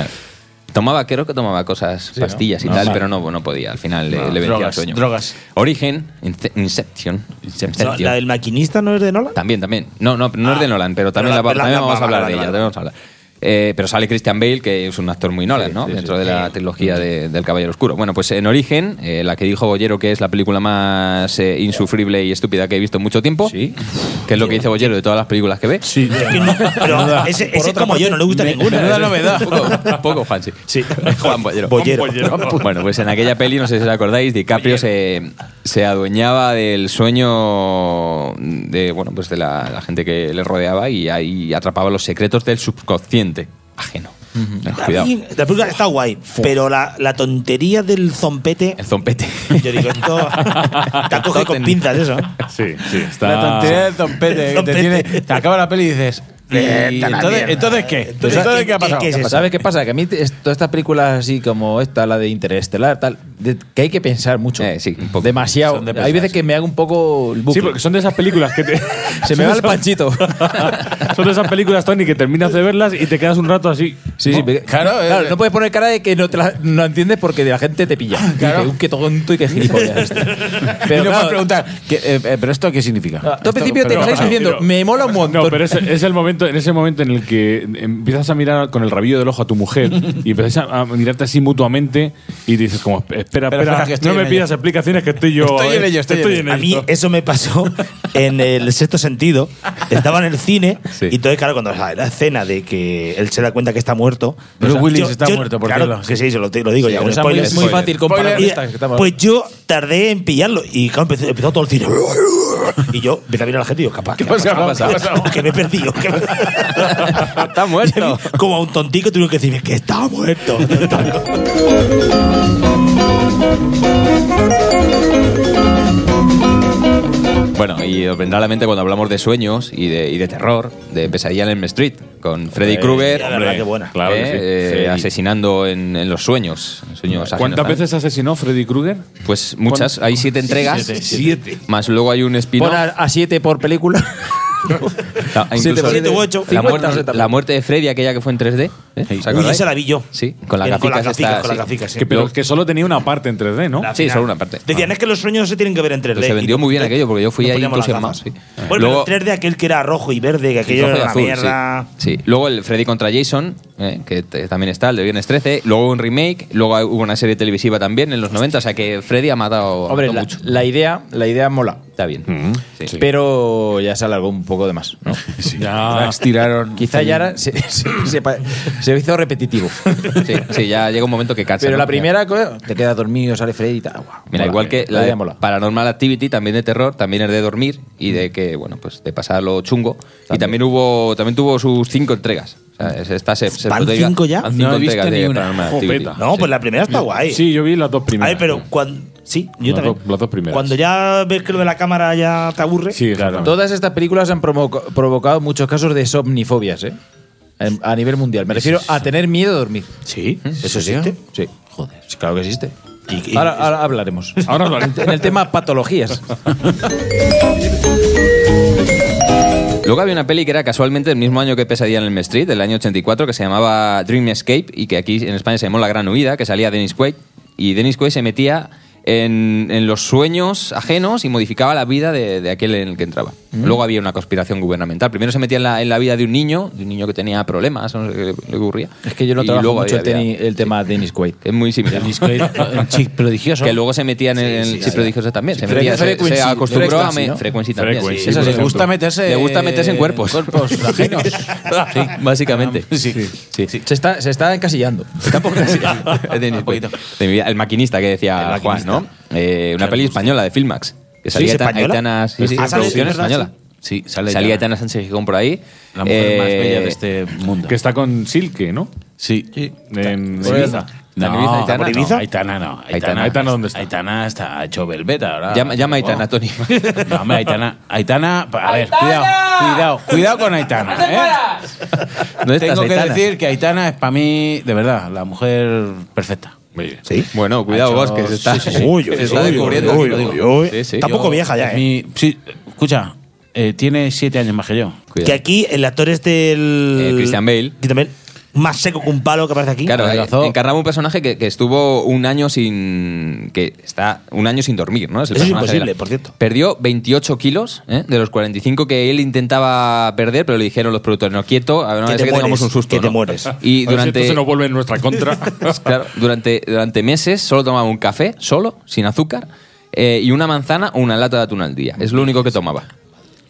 C: Tomaba, creo que tomaba cosas, pastillas y tal, pero no, no podía. Al final le- le, vencía
G: drogas,
C: el sueño.
G: drogas.
C: Origen, Ince- Inception. Inception.
F: No, ¿La del maquinista no es de Nolan?
C: También, también. No, no, no es de Nolan, pero también
F: Pero
C: la,
F: la-
C: también
F: la-
C: vamos a
F: vale,
C: hablar de
F: vale,
C: ella.
F: vale.
C: también vamos a hablar. Eh, pero sale Christian Bale, que es un actor muy Nolan, ¿no? Dentro de la trilogía de- del Caballero Oscuro. Bueno, pues en Origen, eh, la que dijo Bollero que es la película más eh, insufrible y estúpida que he visto en mucho tiempo, que es lo que dice Bollero de todas las películas que ve. Sí,
F: Pero ese, ese es como yo, no le gusta ninguna.
C: Poco, poco Juan, sí. Juan Bollero.
F: Bollero.
C: Bueno, pues en aquella peli, no sé si os acordáis, DiCaprio se, se adueñaba del sueño de, bueno, pues de la, la gente que le rodeaba y ahí atrapaba los secretos del subconsciente ajeno.
F: A
C: Cuidado.
F: mí la película está guay, pero la, la tontería del zompete.
C: El zompete.
F: Yo digo, esto te acoge con pinzas eso.
B: Sí, sí, está.
G: La tontería del Don Pete, que te, tiene, te acaba la peli y dices. "Y entonces, entonces qué? Entonces, ¿qué ha pasado?
D: ¿Qué ¿Sabes qué pasa? Que a mí te- es- todas estas películas así como esta, la de Interestelar, tal, de- que hay que pensar mucho.
C: Eh, sí, un poco.
D: Demasiado.
C: Son de
D: hay
C: pensar,
D: veces que me hago un poco el bucle.
B: Sí, porque son de esas películas que te.
D: Se me va el panchito.
B: Son de esas películas, Tony, que terminas de verlas y te quedas un rato así.
D: Sí, sí, porque-
G: Claro, eh,
D: no puedes poner cara de que no, te la- no entiendes porque la gente te pilla.
G: Claro.
D: Dice, "Uh, qué tonto y qué gilipollas. este".
G: Pero
D: Pero claro,
G: preguntar, ¿qué- eh, eh, ¿pero esto qué
B: Ah,
G: significa?
D: tú al principio te estáis diciendo, me mola un montón.
B: No, pero es, es el momento, en ese momento en el que empiezas a mirar con el rabillo del ojo a tu mujer y empiezas a, a mirarte así mutuamente y dices como, espera, espera,
G: espera, que estoy
B: no
G: en
B: me
G: ello".
B: pidas explicaciones que estoy yo...
G: Estoy en
B: eh,
G: ello, estoy en ello.
F: A mí
B: esto.
F: eso me pasó en el sexto sentido. Estaba en el cine y entonces, claro, cuando sale la escena de que él se da cuenta que está muerto.
G: Bruce
F: yo-
G: Willis está muerto, por
F: claro,
G: decirlo,
F: que
G: sí.
F: sí, se lo, te- lo digo
G: Sí,
F: ya.
G: pero
F: un
G: es muy-
F: spoiler.
G: es muy fácil comparar
F: Spoiler.
G: esta que estamos-
F: Pues yo tardé en pillarlo y claro, empezó, empezó todo el cine. Y yo empecé a mirar a la gente y digo, capaz,
G: ¿Qué ha pasado? ¿Qué ha pasado?
F: Que me he perdido. que me-
C: Está muerto.
F: Como a un tontico tuvieron que decirme que está muerto.
C: Bueno, y os vendrá a la mente cuando hablamos de sueños y de, y de terror, de Pesadilla en Elm Street, con Freddy
F: Eh,
C: Krueger.
F: la verdad que buena.
B: Pues, Claro que
C: eh,
B: sí.
C: eh,
B: Freddy.
C: asesinando en, en los sueños. en sueños ajenos,
B: ¿Cuántas
C: ¿sabes?
B: veces asesinó Freddy Krueger?
C: Pues muchas,
B: ¿Cuán-
C: hay siete entregas,
B: Siete, siete.
C: más luego hay un spin-off.
D: Pon a,
E: Ah,
D: a siete por película.
C: Ah, incluso
D: siete,
F: siete u ocho.
C: La
D: 50,
C: muerte,
D: siete.
C: la muerte de Freddy, aquella que fue en 3D. ¿eh? ¿Os
F: Uy,
C: acordáis?
F: esa la vi yo.
C: Sí, con las
F: Era
C: gaficas. está,
F: con las
C: sí.
F: gaficas, sí.
B: Que, pero que solo tenía una parte en 3D, ¿no?
F: La
C: Sí,
F: final.
C: solo una parte.
F: Decían, es que los sueños se tienen que ver en 3D.
C: Pero se vendió
F: Y-
C: muy bien aquello, porque yo fui
F: nos
C: ahí
F: poníamos las
C: entusiasmado,
F: gafas.
C: sí.
F: Bueno,
C: Luego-
F: pero el 3D aquel que era rojo y verde, que aquello
C: Rojo y
F: era una
C: azul,
F: mierda.
C: sí, sí. Luego el Freddy contra Jason, eh, que te- también está, el de Viernes 13. Luego un remake. Luego hubo una serie televisiva también en los 90. O sea que Freddy ha matado,
D: Hombre,
C: matado
D: la,
C: mucho.
D: la idea, la idea mola.
C: Está bien.
B: Mm,
C: Sí.
D: Pero ya se alargó un poco de más. ¿no?
B: Ya.
G: Estiraron.
D: Quizá ya era- se, se- se pa- se hizo repetitivo.
C: Sí, sí, ya llega un momento que cansa. ¿no?
D: Pero la primera cosa, te quedas dormido, sale Freddy y tal. Guau,
C: Mira,
D: mola, eh,
C: igual que la
D: idea
C: de
D: mola.
C: Paranormal Activity, también de terror, también es de dormir y de que, bueno, pues de pasar lo chungo. Y también hubo, también tuvo sus cinco entregas. O sea, es- esta se, se
F: ¿Van
C: proteja-
F: cinco ya?
C: van cinco
G: No he visto
C: entregas de
G: ni una.
C: Paranormal Activity.
B: Jopeta.
F: No, pues la primera está guay.
B: Sí, yo vi las dos
F: A
B: primeras.
F: ver, pero cuando. Sí, yo
B: Las
F: también.
B: dos- las dos primeras.
F: Cuando ya ves que lo de la cámara ya te aburre.
B: Sí, claro.
D: Todas estas películas han promo- provocado muchos casos de somnifobias, ¿eh? En- A nivel mundial. Me refiero a tener miedo a dormir.
G: Sí, eso sí.
D: Sí. Joder. claro que existe.
F: Y- y-
D: Ahora, ahora hablaremos.
B: Ahora hablaremos.
D: En el tema patologías.
C: Luego había una peli que era casualmente el mismo año que Pesadilla en el Street, del año 84, que se llamaba Dream Escape y que aquí en España se llamó La Gran Huida, que salía Dennis Quaid. Y Dennis Quaid se metía en, en los sueños ajenos y modificaba la vida de, de aquel en el que entraba.
D: Mm.
C: Luego había una conspiración gubernamental. Primero se metía en la, en la vida de un niño, de un niño que tenía problemas, no sé qué le ocurría.
D: Es que yo no
C: Y
D: trabajo
C: luego
D: mucho el,
C: había-
D: teni- el tema Dennis Quaid.
C: Es muy similar.
G: Un chic prodigioso.
C: Que luego se metían en el sí, prodigioso también. Se,
D: Fre-
C: metía, se- se,
D: Frequency,
C: acostumbró a
D: Frequency,
C: me-
D: ¿no?
C: Frequency también.
B: Frequency,
C: sí,
B: Esa
C: por
G: le
C: ejemplo.
G: gusta meterse.
C: Le gusta meterse en cuerpos.
G: cuerpos ajenos. Ah,
C: Sí, básicamente.
G: Sí.
D: Se, está, se está encasillando.
C: Está por casi- de mi- de mi vida. El maquinista que decía
F: El
C: Juan,
F: maquinista.
C: ¿no? Eh, una peli española de Filmax. Que
F: Sí,
C: salía
F: ¿es
C: Aita-
F: española?
C: Aitana, sí,
F: Pues
C: sí,
F: ah, sale,
C: producción
F: sí, es verdad,
C: española.
G: Sí, sale
C: Salía
G: Aitana.
C: Aitana Sánchez Gijón por ahí.
G: La mujer más
C: Eh,
G: bella de este mundo.
B: Que está con Silke, ¿no?
G: Sí.
B: En
G: Sí.
B: Ibiza.
G: No,
C: ¿Está en
G: no,
C: Ibiza, Aitana?
F: Ibiza?
G: Aitana no.
C: Aitana.
B: Aitana, ¿dónde está?
G: Aitana está ha hecho velveta ahora.
C: Llama, llama a Aitana,
G: Oh.
C: Tony.
G: No, hombre, Aitana. Aitana. A ver, cuidado, cuidado, cuidado con Aitana. ¿eh?
C: ¿Dónde estás,
G: Tengo que
C: Aitana?
G: decir que Aitana es para mí, de verdad, la mujer perfecta.
F: Sí.
C: Bueno, cuidado
G: Ha
C: vos,
G: hecho-
C: que se está,
G: sí, sí, sí.
F: Uy,
C: se
F: uy,
C: está
F: uy,
C: descubriendo.
F: uy,
C: lo
F: uy,
C: digo.
F: uy.
C: Sí, sí.
F: Tampoco
G: Yo-
F: vieja ya,
G: es
F: ¿eh?
G: mi- sí, escucha, eh, tiene siete años más que yo.
C: Cuidado.
F: Que aquí el actor este. El...
C: Eh, Christian Bale.
F: Christian Bale, más seco que un palo que aparece aquí.
C: Claro, eh,
F: Adelgazó.
C: encarnaba un personaje que, que estuvo un año sin. que está un año sin dormir, ¿no? el
F: Eso es
C: personaje de
F: imposible,
C: la-
F: por cierto.
C: Perdió 28 kilos ¿eh? de los 45 que él intentaba perder, pero le dijeron los productores, no, quieto, a ver, no
F: Que
C: es
F: te
C: que
F: mueres,
C: tengamos un susto.
F: que te
C: ¿no?
F: mueres.
C: Y
B: A ver si esto
C: durante,
B: se nos vuelve en nuestra contra.
C: claro, durante, durante meses solo tomaba un café, solo, sin azúcar, eh, y una manzana o una lata de atún al día. Es lo único que tomaba.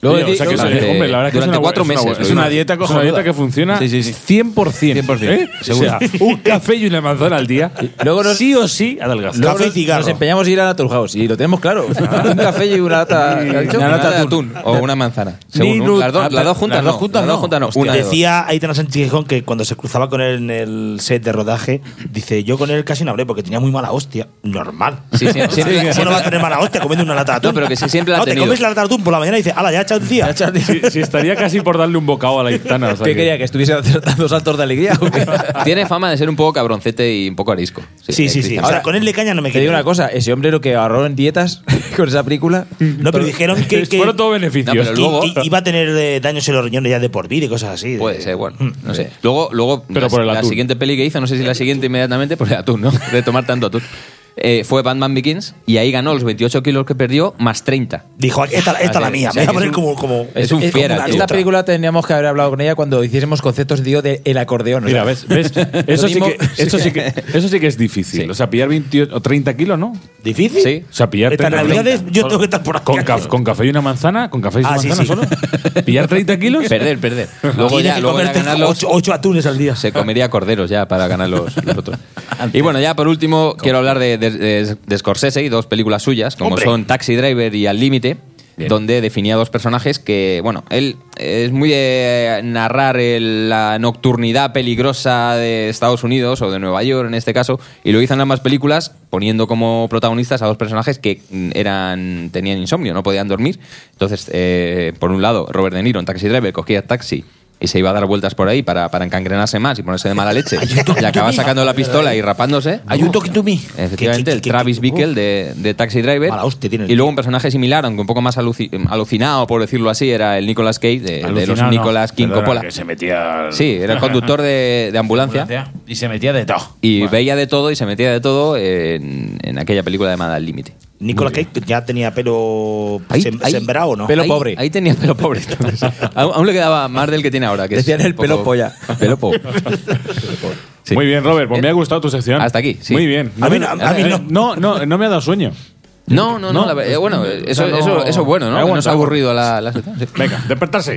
B: Luego,
C: Luego-
B: o sea, que
C: durante,
B: es- hombre, la verdad es que es
C: durante
B: una
C: cuatro
B: buena-
C: meses.
B: Es una, buena-
C: lo
B: es una
C: hizo.
B: dieta, es una dieta que funciona
G: Sí, sí, sí.
B: 100%.
G: 100%,
B: ¿eh?
G: seguro.
B: O sea, un café y una manzana al día.
D: Luego nos-
B: sí o sí adelgaza.
D: Luego
F: Café y
D: nos-
F: cigarro.
D: Nos empeñamos a ir a Natural House y lo tenemos claro. un café y una lata. ¿qué ha dicho?
C: Una lata de atún o una manzana. Según un-
B: nut-
C: las, dos,
B: ah,
C: las dos juntas
G: las
C: no.
G: dos juntas
C: las dos
G: no.
C: juntas no.
G: Hostia,
C: una de dos.
F: Decía Aitana Sánchez Gijón que cuando se cruzaba con él en el set de rodaje, dice, yo con él casi no hablé porque tenía muy mala hostia. Normal.
C: Sí, sí, siempre-
F: ¿Cómo
C: siempre-
F: no va a tener mala hostia comiendo una lata de atún?
C: No, pero que sí, siempre la ha
F: No, te
C: tenido.
F: comes la lata de atún por la mañana y dices, ala, ya ha echado el día.
B: Si, si estaría casi por darle un bocado a la gitana. o sea
D: ¿Qué
B: que-
D: quería? ¿Que estuviese dando saltos de alegría? o qué?
C: Tiene fama de ser un poco cabroncete y un poco arisco.
F: Sí,
C: eh,
F: sí, sí.
C: Cristian.
F: O sea,
C: Ahora,
F: con él de caña no me
D: Te digo
F: quería.
D: una cosa, ese hombre lo que ahorró en dietas con esa película.
F: No, pero dijeron que, que-
B: Fueron todos
C: No,
B: beneficios.
C: pero
F: que-
C: luego-
F: que iba a tener eh, daños en los riñones ya de por vida y cosas así.
C: Puede
F: Eh,
C: ser, bueno, no sé. Luego, luego
B: Pero
C: la,
B: por el
C: la
B: atún.
C: siguiente peli que hizo, no sé si la siguiente inmediatamente, por el atún, ¿no? De tomar tanto atún. Eh, fue Batman Begins y ahí ganó los 28 kilos que perdió más 30.
F: Dijo, esta, esta es la
C: O sea,
F: mía.
C: sí,
F: Me voy a
C: es
F: poner
C: un-
F: como, como...
C: Es un
F: como
C: fiera,
F: una
C: tío.
D: Eh, Esta
F: lucha.
D: película teníamos que haber hablado con ella cuando hiciésemos conceptos tío, de el acordeón. o
B: Mira,
D: sea,
B: ves, ves, eso,
D: lo
B: sí
D: mismo-
B: que, eso, sí que, eso sí que es difícil.
C: Sí.
B: O sea, pillar 28 o 30 kilos, ¿no?
F: ¿Difícil?
C: Sí.
B: O sea, pillar
F: Estas
B: 30
F: navidades
B: kilos.
F: yo tengo que estar por aquí.
B: Con, caf- con café y una manzana, con café y una
F: Ah, sí,
B: manzana
F: sí.
B: solo. ¿Pillar 30 kilos?
C: Perder, perder. Luego
F: Tienes
C: ya,
F: que
C: luego ya
F: comerte
C: ganar los-
F: ocho, ocho atunes al día.
C: Se comería corderos ya para ganar los, los otros. Y bueno, ya por último, quiero hablar de, de- de- de Scorsese y dos películas suyas, como
F: Hombre.
C: son Taxi Driver y Al Límite, donde definía dos personajes que, bueno, él es muy de narrar el- la nocturnidad peligrosa de Estados Unidos o de Nueva York en este caso, y lo hizo en ambas películas poniendo como protagonistas a dos personajes que mm, eran tenían insomnio, no podían dormir. Entonces, eh, por un lado, Robert De Niro en Taxi Driver cogía taxi y se iba a dar vueltas por ahí para, para encangrenarse más y ponerse de mala leche. y acaba sacando la pistola y rapándose.
F: Are you talking to me?
C: Efectivamente,
F: Que-
C: el
F: que- que-
C: Travis
F: que-
C: Bickle de, de Taxi Driver.
F: Mala hostia tiene el
C: Y luego un personaje similar, aunque un poco más aluci- eh, alucinado, por decirlo así, era el Nicolas Cage de, de los
B: Alucinado, no.
C: Nicolas King
B: Perdona,
C: Coppola.
B: que se metía. al-
C: Sí, era el conductor de, de ambulancia.
G: Y se metía de todo.
C: Y veía de todo y se metía de todo en, en aquella película llamada Al Límite.
F: Nicolas Cage ya tenía pelo
C: Ahí-
F: sem-
C: ahí-
F: Pues sembrado, ¿o ¿no?
D: Pelo
C: Ahí-
D: pobre.
C: Ahí tenía pelo pobre. entonces. aún, aún le quedaba más del que tiene ahora. Que es
D: Decían
C: un
D: el pelo
C: poco-
D: polla. Pelo pobre.
C: Sí.
B: Muy bien, Robert. Pues me ha gustado tu sección.
C: Hasta aquí, sí.
B: Muy bien.
F: A mí
B: me-
F: no, a mí
B: eh,
F: no.
B: no, no, no me ha dado sueño.
C: No, no, no.
B: No.
C: la ver- eh, bueno, eh, eso,
B: O sea, no-
C: eso, eso es bueno, ¿no?
B: Aguanta,
C: Que no se ha
B: aguanta.
C: aburrido la, la sección, sí.
B: Venga, despertarse.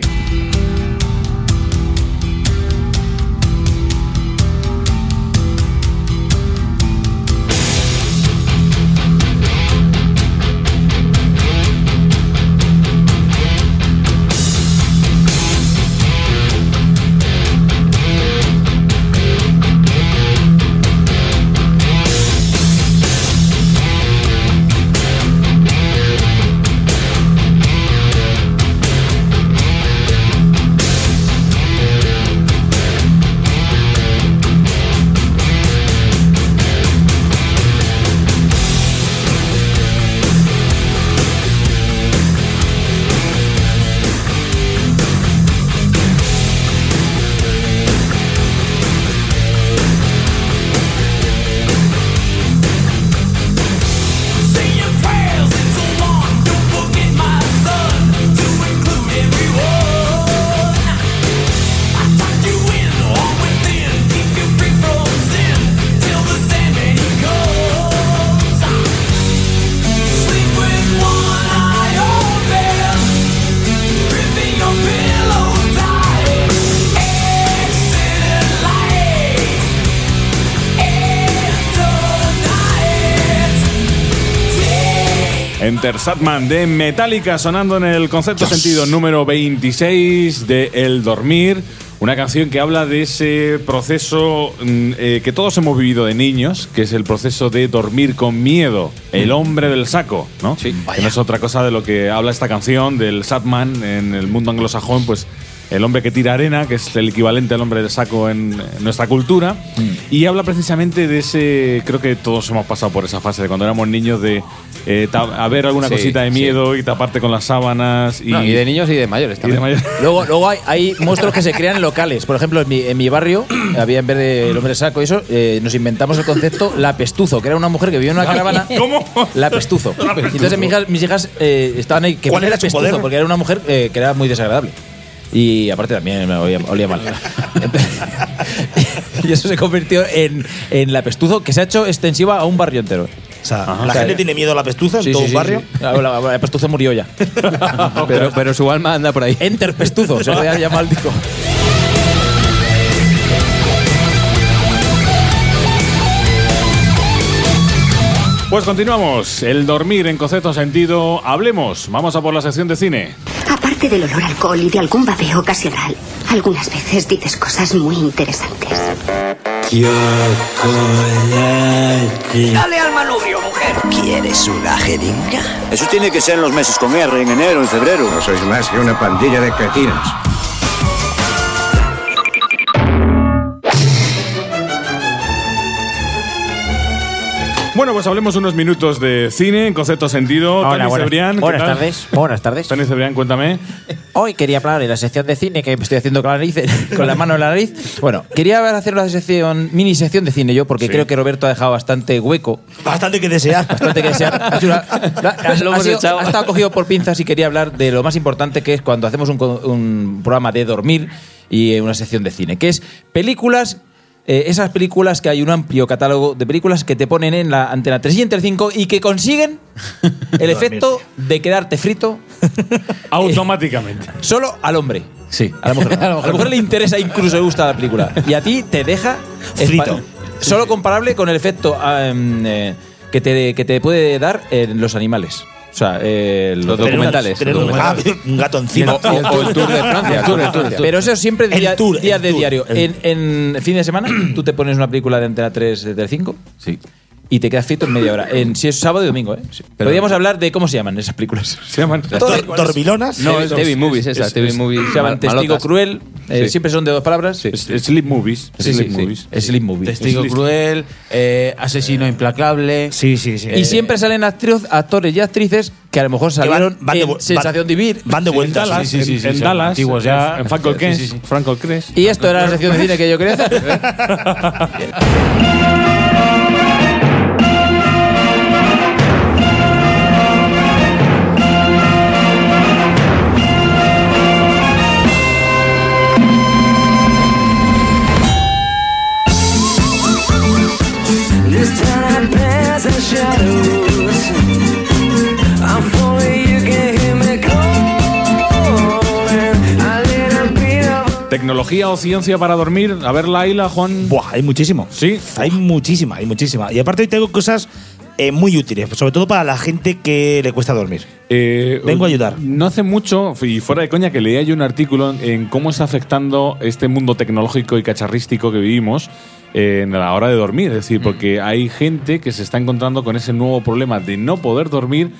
B: Enter Satman de Metallica sonando en el concepto sentido número 26 de El Dormir. Una canción que habla de ese proceso mm, eh, que todos hemos vivido de niños, que es el proceso de dormir con miedo, el hombre del saco, ¿no?
C: Sí.
B: Que no es otra cosa de lo que habla esta canción del Satman en el mundo anglosajón, pues el hombre que tira arena, que es el equivalente al hombre de saco en eh, nuestra cultura, y habla precisamente de ese, creo que todos hemos pasado por esa fase de cuando éramos niños de eh, ta- a ver alguna
C: Sí,
B: cosita de
C: sí.
B: miedo y taparte con las sábanas y,
C: No, y de niños y de mayores
B: y de
C: también.
B: mayor-
D: Luego, luego hay, hay monstruos que se crean locales. Por ejemplo, en mi, en mi barrio, había en vez de el hombre saco y eso, eh, nos inventamos el concepto la pestuzo, que era una mujer que vivía en una caravana.
B: ¿Cómo?
D: La pestuzo. Entonces mis hijas, mis hijas eh, estaban ahí que
F: ¿Cuál era
D: la
F: su poder?
D: Porque era una mujer eh, que era muy desagradable. Y aparte también me olía, olía mal. y eso se convirtió en, en la pestuzo que se ha hecho extensiva a un barrio entero.
F: O sea,
D: O
F: la
D: sea,
F: gente tiene miedo a la pestuza en
D: Sí,
F: todo
D: sí,
F: un
D: sí,
F: barrio.
D: sí. La, la- la pestuzo murió ya.
C: Pero, pero su alma anda por ahí.
D: Enter pestuzo, se le llama al disco.
B: Pues continuamos. El dormir en concepto sentido. Hablemos. Vamos a por la sección de cine.
L: Aparte del olor a alcohol y de algún babeo ocasional, algunas veces dices cosas muy interesantes.
J: Chocolate.
H: al manubrio, mujer.
J: ¿Quieres una jeringa?
K: Eso tiene que ser en los meses con R, en enero, en febrero. No sois más que una pandilla de cretinos.
B: Bueno, pues hablemos unos minutos de cine en concepto sentido.
E: Hola,
B: Tony
E: buenas-
B: Cebrián, ¿qué
E: buenas
B: tal?
E: tardes, buenas tardes.
B: Tony Cebrián, cuéntame.
D: Hoy quería hablar de la sección de cine que me estoy haciendo con la nariz, con la mano en la nariz. Bueno, quería hacer la sección, mini sección de cine yo, porque
F: Sí.
D: creo que Roberto ha dejado bastante hueco.
F: Bastante que desear.
D: Bastante que desear. Ha sido una- ha-
C: Lo
D: ha
C: hemos
D: sido-
C: echado.
D: ha estado cogido por pinzas y quería hablar de lo más importante que es cuando hacemos un, co- un programa de dormir y una sección de cine, que es películas. eh, esas películas que hay un amplio catálogo de películas que te ponen en la antena 3 y en 5 y que consiguen el efecto de quedarte frito
B: Automáticamente.
D: solo al hombre.
C: Sí.
D: A la mujer, no. A la mujer le interesa, incluso le gusta la película. Y a ti te deja. espa-
F: Frito.
D: Solo comparable con el efecto ah, em, eh, que, te, que te puede dar en los animales. O sea, eh, los
C: Los
F: Tener un-
C: documentales.
F: tener
C: los
F: un,
C: documentales.
F: ah, un gato
C: Y el-
F: encima.
C: o, o el Tour de Francia. el Tour de Francia.
D: Pero eso siempre
F: El
D: día,
F: tour, el
D: día de
F: tour,
D: diario.
F: el-
D: En, en fin de semana, tú te pones una película de Antena 3 de Telecinco
C: Sí.
D: eh, y te quedas frito en media hora. En, si es sábado y domingo, ¿eh? Podríamos hablar de cómo se llaman esas películas.
B: Se llaman.
F: Dor- Dormilonas.
C: No,
B: es-
C: TV
B: es-
C: Movies,
B: es-
C: esas,
B: es-
C: TV Movies.
D: Se llaman
C: ma-
D: Testigo
C: malotas.
D: Cruel. eh,
C: Sí.
D: Siempre son de dos palabras. Sí.
B: es- Sleep Movies.
D: Sí,
B: Sleep
D: sí, sí.
B: Movies.
D: Sleep Movie.
G: Testigo
B: Es-
G: cruel, eh, asesino implacable.
F: Sí, sí, sí.
D: Y siempre salen actriz- actores y actrices eh, que a lo mejor
F: Que
D: salieron
F: de
D: en
F: vu-
D: Sensación
F: van-
D: de Vivir.
F: Van de
B: En
F: vuelta. sí,
B: Dallas.
F: sí, sí,
B: en-
F: sí,
B: en
F: sí,
B: Dallas.
G: antiguos ya.
B: En Franco
G: Sí, sí, sí.
B: Franco Crest.
D: Y esto era la sección de cine que yo quería hacer.
H: This time past the shadows. I'm falling, you can hear me calling. A little bit of
B: Tecnología o ciencia para dormir. A ver, Laila, Juan.
F: Buah, hay muchísimo.
B: Sí.
F: Hay muchísima, hay muchísima. Y aparte hoy tengo cosas eh, muy útiles, sobre todo para la gente que le cuesta dormir.
B: Eh,
F: Vengo a ayudar.
B: No hace mucho, y fuera de coña, que leía yo un artículo en cómo está afectando este mundo tecnológico y cacharrístico que vivimos eh, en la hora de dormir. Es decir, porque hay gente que se está encontrando con ese nuevo problema de no poder dormir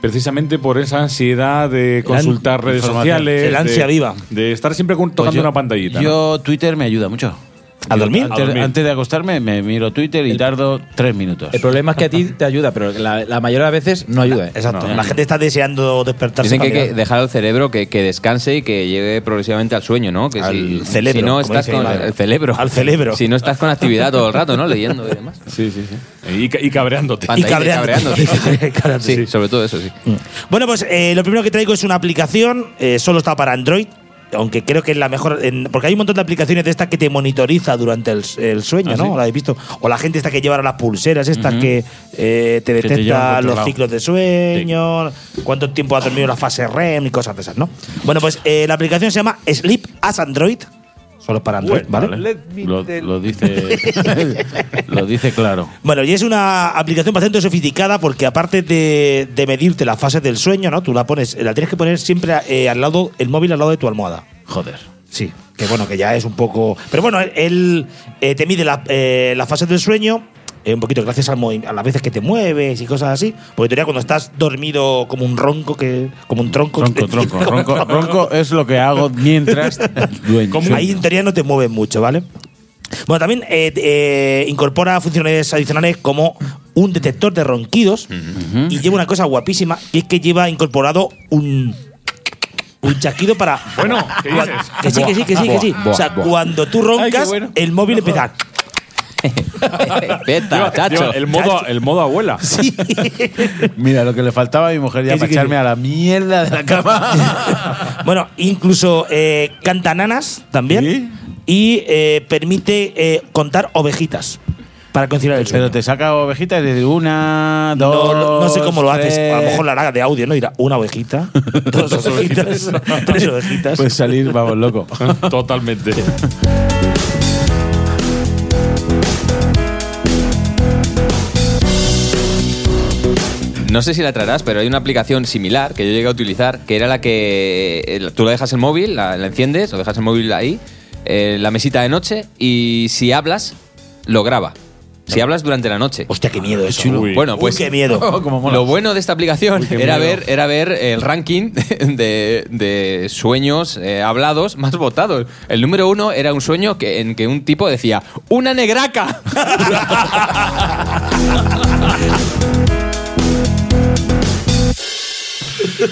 B: precisamente por esa ansiedad de consultar redes
G: información.
B: sociales.
F: El ansia
B: de-
F: viva.
B: De estar siempre con-
G: Pues
B: tocando
G: yo-
B: una pantallita. ¿no?
G: Yo, Twitter me ayuda mucho.
F: ¿A
G: Yo
F: dormir?
G: Antes,
B: A dormir.
G: antes de acostarme, me miro Twitter y tardo tres minutos.
D: El problema es que a ti te ayuda, pero la, la mayoría de las veces no ayuda. ¿eh?
F: Exacto.
G: No.
F: la gente está deseando despertarse.
C: Dicen que hay
F: para
C: que
F: mirar.
C: dejar al cerebro que, que descanse y que llegue progresivamente al sueño, ¿no? Que
F: Al
C: si,
F: cerebro,
C: si no
F: como
C: estás
F: dice
C: con
F: Iván.
C: el cerebro.
F: Al cerebro.
C: Si no estás con actividad todo el rato, ¿no? Leyendo y demás.
B: Sí, sí, sí. Y, ca- y cabreándote.
C: Pantalla-
F: cabreándote.
C: cabreándote, sí, sí. Sí,
F: Cabreándote, sí.
C: sobre todo eso, sí.
F: Bueno, pues eh, lo primero que traigo es una aplicación, eh, solo está para Android. Aunque creo que es la mejor. en- porque hay un montón de aplicaciones de estas que te monitoriza durante el, el sueño,
G: ¿Ah,
F: ¿no? ¿La habéis visto? O la gente esta que lleva las pulseras, estas que eh, te
G: te llevan
F: detecta
G: por otro
F: los
G: lado.
F: ciclos de sueño, cuánto tiempo ha dormido la fase REM y cosas de esas, ¿no? Bueno, pues eh, la aplicación se llama Sleep as Android. Solo para Android, ¿vale?
G: Lo, lo dice, lo dice claro.
F: Bueno, y es una aplicación bastante sofisticada porque aparte de, de medirte las fases del sueño, ¿no? Tú la pones, la tienes que poner siempre eh, al lado, el móvil al lado de tu almohada.
G: Joder.
F: Sí. Que bueno, que ya es un poco. Pero bueno, él eh, te mide la- eh, las fases del sueño. eh, un poquito gracias al movi- a las veces que te mueves y cosas así. Porque en teoría cuando estás dormido como un ronco, que como un tronco.
E: Tronco, tronco, ronco, ronco es lo que hago mientras dueño.
F: Como ahí en teoría no te mueves mucho, ¿vale? Bueno, también eh, eh, incorpora funcionalidades adicionales como un detector de ronquidos y lleva una cosa guapísima y es que lleva incorporado un un chasquido para
B: bueno ¿qué dices?
F: que sí que sí que sí que sí
C: Buah,
F: o sea
C: buah.
F: cuando tú
C: Ay, qué
F: roncas
C: bueno.
F: el móvil empieza
C: Peta,
B: Lleva-
C: chacho.
B: lleva el modo-
E: el modo abuela. Mira, lo que le faltaba a mi mujer ya
F: Que sí,
E: para
F: que
E: echarme
F: sí.
E: a la mierda de la cama.
F: Bueno, incluso eh, canta nanas también. Y eh, permite eh, contar ovejitas para conciliar el sueño.
E: Pero te saca ovejitas desde una, dos.
F: No, no- no sé cómo lo haces. A lo
E: tres.
F: mejor la hará de audio, ¿no? Dirá una ovejita, dos ovejitas, tres ovejitas.
E: Puedes salir, vamos, loco.
B: Totalmente.
C: No sé si la traerás, pero hay una aplicación similar que yo llegué a utilizar, que era la que eh, tú la dejas el móvil, la, la enciendes, lo dejas el móvil ahí, eh, la mesita de noche, y si hablas, lo graba. Si hablas durante la noche.
F: Hostia, qué miedo eso. Uy.
C: Bueno,
F: Uy,
C: pues
F: qué miedo. Cómo mola.
C: Lo bueno de esta aplicación
F: Uy, qué
C: era
F: miedo.
C: ver, era ver el ranking de, de sueños eh, hablados más votados. El número uno era un sueño que, en que un tipo decía ¡Una negraca!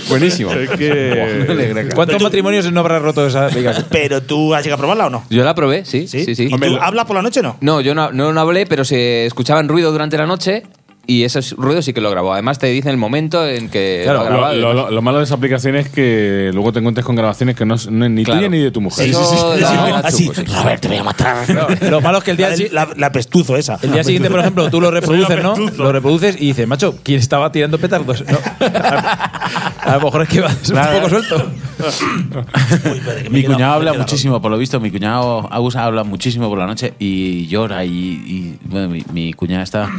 B: Buenísimo. Eh,
D: ¿Cuántos matrimonios no habrá roto esa aplicación?
F: Pero tú has llegado a probarla o no?
C: Yo la probé, sí, sí, sí.
F: ¿Y tú hablas por la noche o no?
C: No, yo no, no, no hablé, pero se escuchaban ruido durante la noche y esos ruidos sí que lo grabó. Además te dicen el momento en que lo ha
B: lo,
C: grabado.
B: lo- lo- lo malo de esa aplicación es que luego te encuentras con grabaciones que no es no es ni
C: Claro.
B: tuya ni de tu mujer.
C: Eso Sí, sí, sí, da sí. una
F: Así,
C: chupa, sí.
F: Ah, Robert, te voy a matar.
D: Lo malo es que el día
F: La,
D: si-
F: la- la pestuzo esa. Ah,
D: El día siguiente, por ejemplo, tú lo reproduces, ¿no?
F: Petuzo.
D: Lo reproduces y dices, macho, ¿quién estaba tirando petardos? No. A lo mejor es que vas un
E: Claro.
D: poco suelto.
E: Mi cuñado habla muchísimo, por lo visto, mi cuñado Agus habla muchísimo por la noche y llora y, y, bueno, mi, mi cuñada está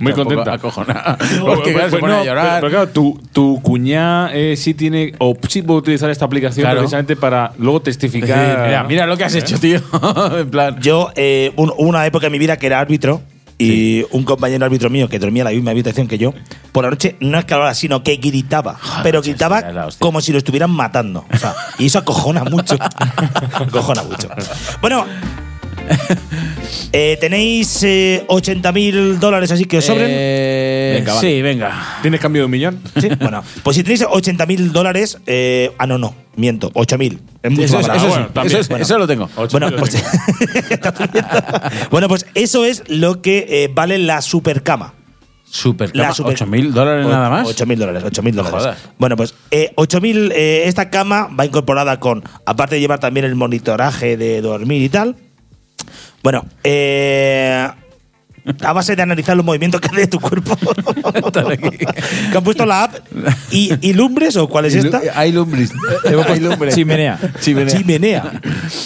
B: Muy contenta.
E: acojonada.
B: Pues-
E: Porque claro,
B: pues
E: se pone
B: no,
E: a llorar.
B: Pero, pero claro, tu, tu cuñá eh, sí tiene o sí puede utilizar esta aplicación
E: Claro.
B: precisamente para luego testificar.
E: Decir, mira, mira lo que has hecho, tío. en plan.
F: Yo, eh, un- una época en mi vida que era árbitro y un compañero árbitro mío que dormía en la misma habitación que yo, por la noche no es que hablara, sino que gritaba.
E: Ah, era
F: pero
E: la
F: gritaba
E: hostia.
F: como si lo estuvieran matando. O sea, y eso acojona mucho. acojona mucho. Bueno. eh, ¿Tenéis eh, 80 mil dólares así que os sobren?
E: Eh,
B: Venga, vale.
E: sí, venga.
B: ¿Tienes cambio de un millón?
F: Sí, bueno, pues si tenéis 80 mil dólares, eh, ah, no, no, miento, 8 mil. Es mucho
E: Eso,
F: más
E: es-
F: barato.
B: Ah, bueno, también,
E: eso es- eso es-
B: bueno.
E: eso lo tengo.
F: Bueno, pues, bueno, pues eso es lo que eh, vale la supercama.
E: Super
F: La
E: cama,
F: super-
E: 8 mil dólares
F: O-
E: nada más.
F: 8 mil dólares, 8 mil dólares.
E: jodas.
F: Bueno, pues eh, 8 mil, eh, esta cama va incorporada con, aparte de llevar también el monitoraje de dormir y tal. Bueno, eh, a base de analizar los movimientos que hace tu cuerpo. que han puesto la app. ¿Y, y lumbres o cuál es
E: Y lu-
F: esta?
E: Hay lumbris. Hay lumbres.
D: Chimenea.
E: Chimenea.
F: Chimenea.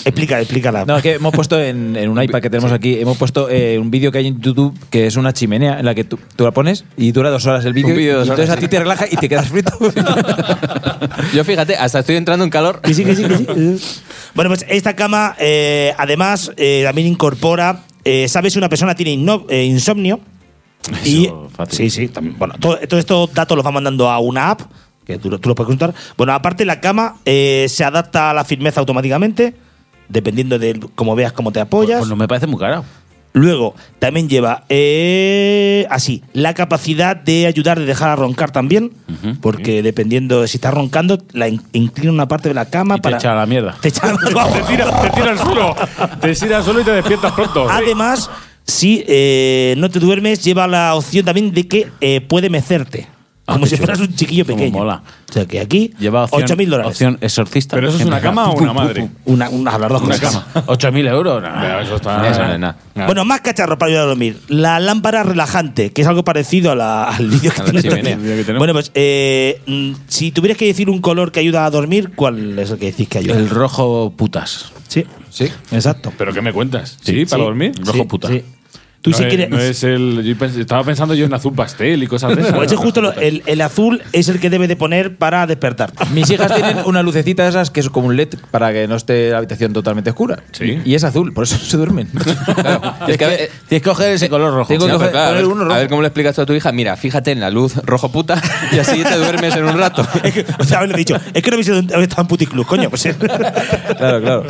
F: Explica, explícala.
D: No, es que hemos puesto en, en un iPad que tenemos aquí, hemos puesto eh, un vídeo que hay en YouTube que es una chimenea en la que tú, tú la pones y dura dos horas el vídeo.
C: Un vídeo de
D: y
C: dos
D: entonces
C: horas,
D: a ti
C: sí.
D: te relaja y te quedas frito.
C: Yo fíjate, hasta estoy entrando en calor.
F: Que sí, que sí, que sí. bueno, pues esta cama eh, además eh, también incorpora, eh, ¿sabes si una persona tiene inno- eh, insomnio? Y, sí, sí, también. Bueno, todo- todos estos datos los va mandando a una app, que tú, lo- tú lo puedes consultar. Bueno, aparte la cama eh, se adapta a la firmeza automáticamente, dependiendo de cómo veas cómo te apoyas.
E: Pues no me parece muy caro.
F: Luego, también lleva eh, así, la capacidad de ayudar de dejar a roncar también, porque dependiendo de si estás roncando, la in- inclina una parte de la
B: Ah,
F: cama
E: Y te
F: para.
E: echa a la mierda.
F: Te echa-
B: te tira, te tira al suelo. Te tira al suelo y te despiertas pronto.
F: Ah. Además, si eh, no te duermes, lleva la opción también de que eh, puede mecerte.
E: Ah,
F: Como
E: qué
F: si
E: chulo.
F: fueras un chiquillo
E: Cómo
F: pequeño.
E: mola.
F: O sea que aquí,
E: Lleva opción,
F: 8.000 dólares.
E: opción exorcista.
B: ¿Pero eso es una
E: Empieza,
B: cama o
E: pum,
B: una
E: pum,
B: madre?
E: pum,
F: Una, una, las dos
E: Una
F: cosas.
E: cama. 8.000 euros. nah.
B: Pero eso está. Ah.
C: Eso no es nada.
B: Nada.
F: Bueno, más cacharros para ayudar a dormir. La lámpara relajante, que es algo parecido a la- al vídeo que,
C: A la
F: tenemos
C: chimenea.
F: aquí.
B: El vídeo que tenemos.
F: Bueno, pues eh, mm, si tuvieras que decir un color que ayuda a dormir, ¿cuál es el que decís que ayuda?
E: El rojo putas.
F: Sí,
C: Sí.
F: exacto.
B: ¿Pero qué me cuentas? ¿Sí? ¿Para
F: Sí.
B: dormir?
E: Rojo puta.
F: sí. Tú
B: no
F: si
B: es,
F: quieres-
B: no es el, yo pens- estaba pensando yo en azul pastel y cosas de esas.
F: Pues es justo lo- el, el azul es el que debe de poner para despertar.
D: Mis hijas tienen una lucecita de esas que es como un LED para que no esté la habitación totalmente oscura.
B: Sí.
D: Y es azul, por eso se duermen.
C: Tienes que, eh,
D: Tienes que coger ese color rojo.
C: no, pero claro, a, ver, a ver cómo le explicas tú a tu hija. Mira, fíjate en la luz rojo puta y así te duermes en un rato.
F: Es que, o sea, haberle dicho, es que no habéis ido- habéis estado en puticlub, coño. Pues,
D: claro, claro.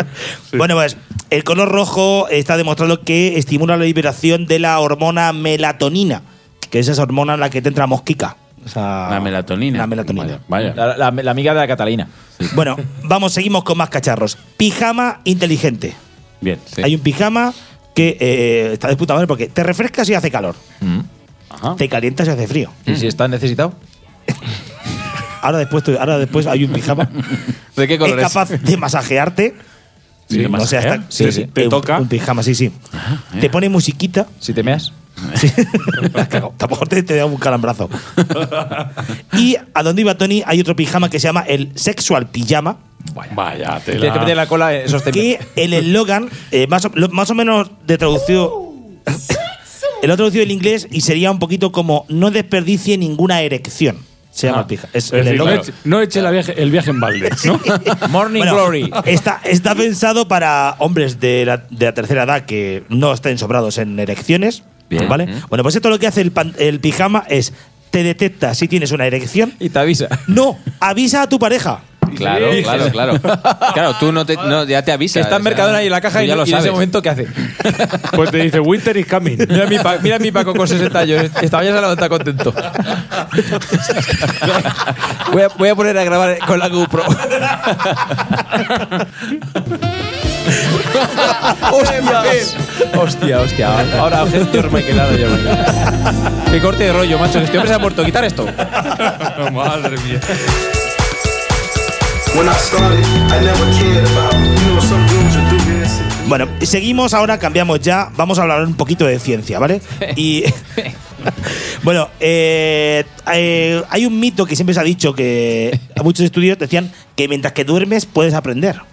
F: Bueno, pues el color rojo está demostrado que estimula la liberación de la hormona melatonina, que es esa hormona la que te entra mosquica. O sea,
E: La melatonina.
F: La melatonina.
E: Vaya.
D: La, la- la amiga de la Catalina.
F: Bueno, vamos, seguimos con más cacharros. Pijama inteligente.
E: Bien.
F: Hay un pijama que eh, está de puta madre porque te refrescas y hace calor.
E: Mm.
F: Te calientas y hace frío.
C: Mm.
D: ¿Y si estás necesitado?
F: Ahora después, te- ahora después hay un pijama.
C: ¿De qué
F: es capaz de masajearte.
E: Sí, ¿de
F: O sea,
E: masajear?
F: está-
E: Sí, sí.
F: Te toca. Un pijama, sí, sí. Te pone musiquita.
D: Si te meas.
F: Tampoco te, te da un calambrazo. y a donde iba Tony, hay otro pijama que se llama el Sexual Pijama.
B: Vaya, tela.
D: Tienes que meter la cola en esos
F: Que el eslogan, eh, más, o, lo- más o menos de traducido. el otro traducido del inglés y sería un poquito como no desperdicie ninguna erección. Se llama
B: Ah.
F: el pijama. Es
B: Es
F: el
B: decir, no,
F: eslogan.
B: eche, no eche la viaje- el viaje en balde, ¿no?
D: Morning
F: Bueno,
D: Glory.
F: Está, está pensado para hombres de la, de la tercera edad que no estén sobrados en erecciones.
C: Bien.
F: ¿Vale?
C: Mm.
F: Bueno, pues esto lo que hace el, pan- el pijama es te detecta si tienes una erección.
D: Y te avisa.
F: No, avisa a tu pareja.
C: Claro,
B: Sí.
C: claro, claro. Claro, tú no te, no, ya te avisas.
D: Que está
C: o
D: en
C: sea,
D: Mercadona y en la caja
C: tú
D: y,
C: ya
D: no-
C: lo
D: y en ese
C: sabes.
D: momento ¿qué hace?
B: Pues te dice Winter is coming.
D: Mira mi, Pa- mira mi Paco con 60 años. Esta mañana se ha levantado contento. Voy a, voy a poner a grabar con la GoPro. ¡Hostia! ¡Hostia, hostia! Ahora hace George Michael, ahora George Michael. ¡Qué corte de rollo, macho! que Este hombre se ha muerto. ¡Quitar esto!
B: Madre mía.
K: When I started, I never cared about. You know, some dudes would do this.
F: Bueno, seguimos ahora, cambiamos ya. Vamos a hablar un poquito de ciencia, ¿vale? Y. bueno, eh, eh, hay un mito que siempre se ha dicho que muchos estudios decían que mientras que duermes puedes aprender.
E: Ah,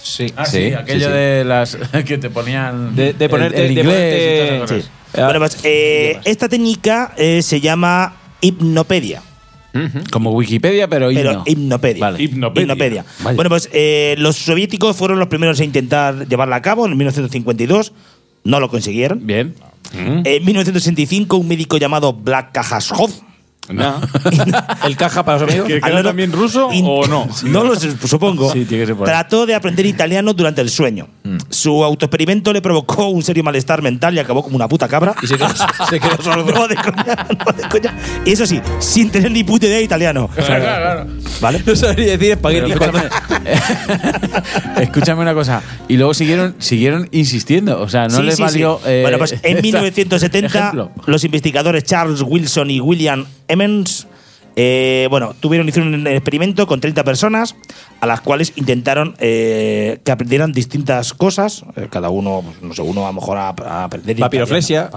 E: Sí,
C: sí, sí,
E: aquello
C: sí.
E: de las que te ponían
D: De, de
E: el-
D: ponerte.
E: el
D: de
E: inglés y todas esas
D: ponerte-
E: cosas.
D: Ah,
F: Bueno, pues, eh, esta técnica eh, se llama hipnopedia.
E: Como Wikipedia, pero,
F: Pero
E: himno.
F: hipnopedia.
E: Vale.
B: Hipnopedia.
F: Hipnopedia.
E: Vaya.
F: Bueno, pues eh, los soviéticos fueron los primeros a intentar llevarla a cabo en 1952. No lo consiguieron.
E: Bien.
F: En 1965, un médico llamado Black Kajasov
B: No.
D: El caja para los amigos.
B: ¿Que que era también ruso
F: in-
B: o no?
F: No lo sé, supongo.
E: Sí, tiene que ser por ahí.
F: Trató de aprender italiano durante el sueño. Su autoexperimento le provocó un serio malestar mental y acabó como una puta cabra.
D: Y se quedó, se quedó sordo.
F: No, de coña, no, de coña. Y eso sí, sin tener ni puta idea de italiano. ¿Vale?
D: No sabría decir espagueti.
E: Escúchame una cosa. Y luego siguieron, siguieron insistiendo. O sea, no
F: Sí,
E: les
F: sí,
E: valió.
F: sí.
E: eh,
F: bueno, pues en
E: esta-
F: 1970
E: ejemplo.
F: los investigadores Charles Wilson y William Emmons eh, bueno, tuvieron hicieron un experimento con 30 personas a las cuales intentaron eh, que aprendieran distintas cosas, eh, cada uno, pues, no sé, uno a lo mejor a, a aprender
D: Papiroflexia.
F: italiano,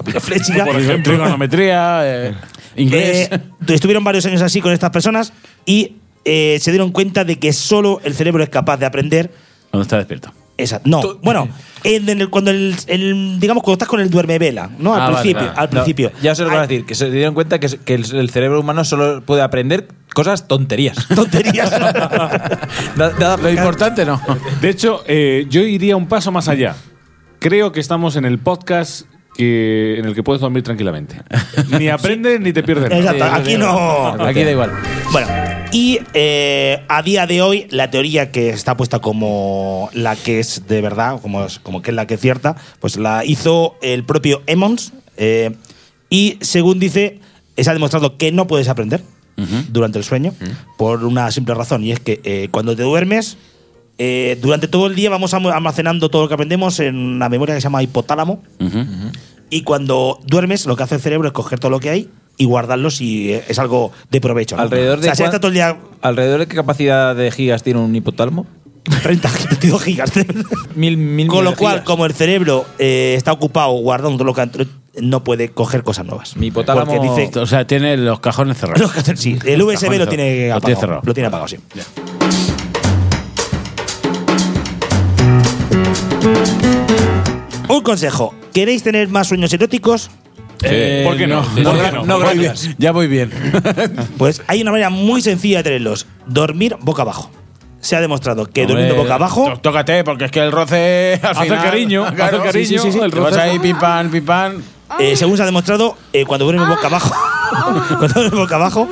F: papiroflexia.
B: Por ejemplo.
E: Trigonometría, eh, inglés.
F: Eh, estuvieron varios años así con estas personas y eh, se dieron cuenta de que solo el cerebro es capaz de aprender
E: Cuando está despierto.
F: Exacto. No,
E: Tú-
F: bueno, en, en el, cuando el, el- digamos cuando estás con el duerme vela, ¿no? Al
E: Ah, vale,
F: principio,
E: vale.
F: al principio.
D: Ya se lo van a
F: Hay
D: decir, que se dieron cuenta que, que el, el cerebro humano solo puede aprender cosas tonterías.
F: Tonterías.
D: Da- da-
E: Lo importante no.
B: De hecho, eh, yo iría un paso más allá. Creo que estamos en el podcast que, en el que puedes dormir tranquilamente. Ni aprendes ni te pierdes. nada.
F: Exacto, aquí no.
D: Aquí da igual.
F: Bueno, y eh, a día de hoy la teoría que está puesta como la que es de verdad, como, es- como que es la que es cierta, pues la hizo el propio Emmons eh, y según dice, se ha demostrado que no puedes aprender durante el sueño por una simple razón y es que eh, cuando te duermes, eh, durante todo el día vamos am- almacenando todo lo que aprendemos en una memoria que se llama hipotálamo. Y cuando duermes, lo que hace el cerebro es coger todo lo que hay y guardarlo si eh, es algo de provecho. ¿no?
D: Alrededor de
F: o sea, se
D: cuan-
F: está todo el día
D: ¿Alrededor de qué capacidad de gigas tiene un hipotálamo?
F: 30, 32 gigas.
D: Mil, mil
F: Con
D: millones
F: lo
D: de
F: cual,
D: gigas.
F: como el cerebro eh, está ocupado guardando todo lo que han- no puede coger cosas nuevas.
D: Mi hipotálamo-
F: Porque dice,
E: O sea, tiene los cajones cerrados.
F: Lo que hacen, sí, el USB
E: Lo
F: lo tiene
E: tiene
F: apagado.
E: cerrado.
F: Lo tiene apagado, sí. Un consejo. ¿Queréis tener más sueños eróticos?
E: Eh, ¿Por qué no? no, ¿Por qué no? no, Voy gracias. bien.
F: Ya voy bien. pues hay una manera muy sencilla de tenerlos. Dormir boca abajo. Se ha demostrado que durmiendo boca abajo…
E: Tócate, porque es que el roce al
F: Hace
E: final-
F: cariño,
E: Claro,
F: hace cariño,
E: sí, sí, sí, sí.
F: el
E: Te vas
F: roce.
E: ahí, pim, pam, pim, pam.
F: Eh, según se ha demostrado, eh, cuando duermes boca abajo, cuando duermes boca abajo,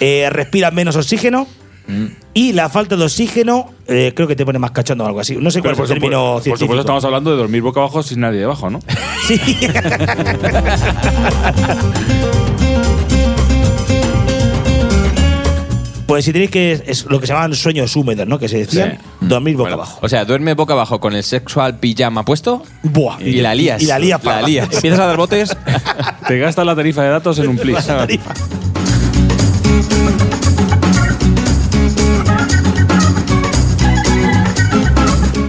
F: eh, respiras menos oxígeno. Y la falta de oxígeno eh, creo que te pone más cachondo o algo así. No sé cuál
B: Pero
F: es el
B: por,
F: término
B: supuesto, por
F: científico.
B: supuesto estamos hablando de dormir boca abajo sin nadie debajo, ¿no?
F: Pues si tenéis que es, es lo que se llaman sueños húmedos, ¿no? Que se decían dormir boca abajo.
C: O sea, duerme boca abajo con el sexual pijama puesto.
F: Buah.
C: Y la lías.
F: Y la lías,
C: La
F: pa.
C: lías.
F: Empiezas
C: a dar botes.
B: Te gastas la tarifa de datos en un plis.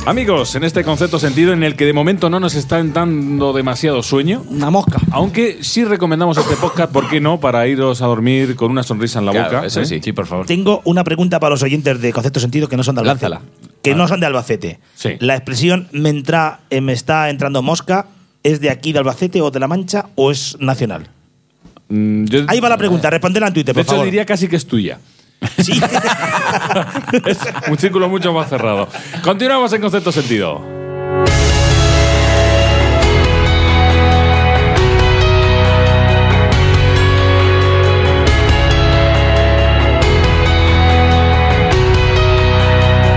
B: Amigos, en este concepto sentido en el que de momento no nos están dando demasiado sueño.
F: Una mosca.
B: Aunque sí recomendamos este podcast, ¿por qué no? Para iros a dormir con una sonrisa en la
C: Claro,
B: boca.
C: eso
B: ¿eh?
C: sí. Sí, por favor.
F: Tengo una pregunta para los oyentes de concepto sentido que no son de Albacete.
C: Lánzala.
F: Que no son de Albacete.
B: Sí.
F: La expresión me, entra, eh, me está entrando mosca, ¿es de aquí de Albacete o de La Mancha o es nacional? Ahí va la pregunta, respondela en Twitter,
B: Mm, De
F: por
B: hecho,
F: favor.
B: diría casi que es tuya. Sí. es un círculo mucho más cerrado. Continuamos en concepto sentido.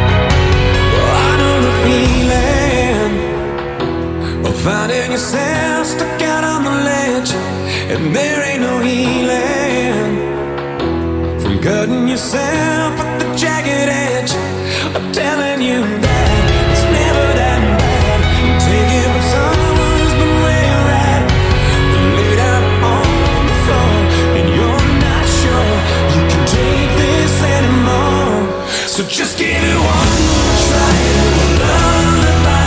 H: I know the feeling of finding yourself stuck out on the ledge, and there ain't no healing from cutting yourself at the jagged edge. I'm telling you that it's never that bad. Take it from someone who's been where you're at, laid out on the floor, and you're not sure you can take this anymore. So just give it one more try. Lullaby,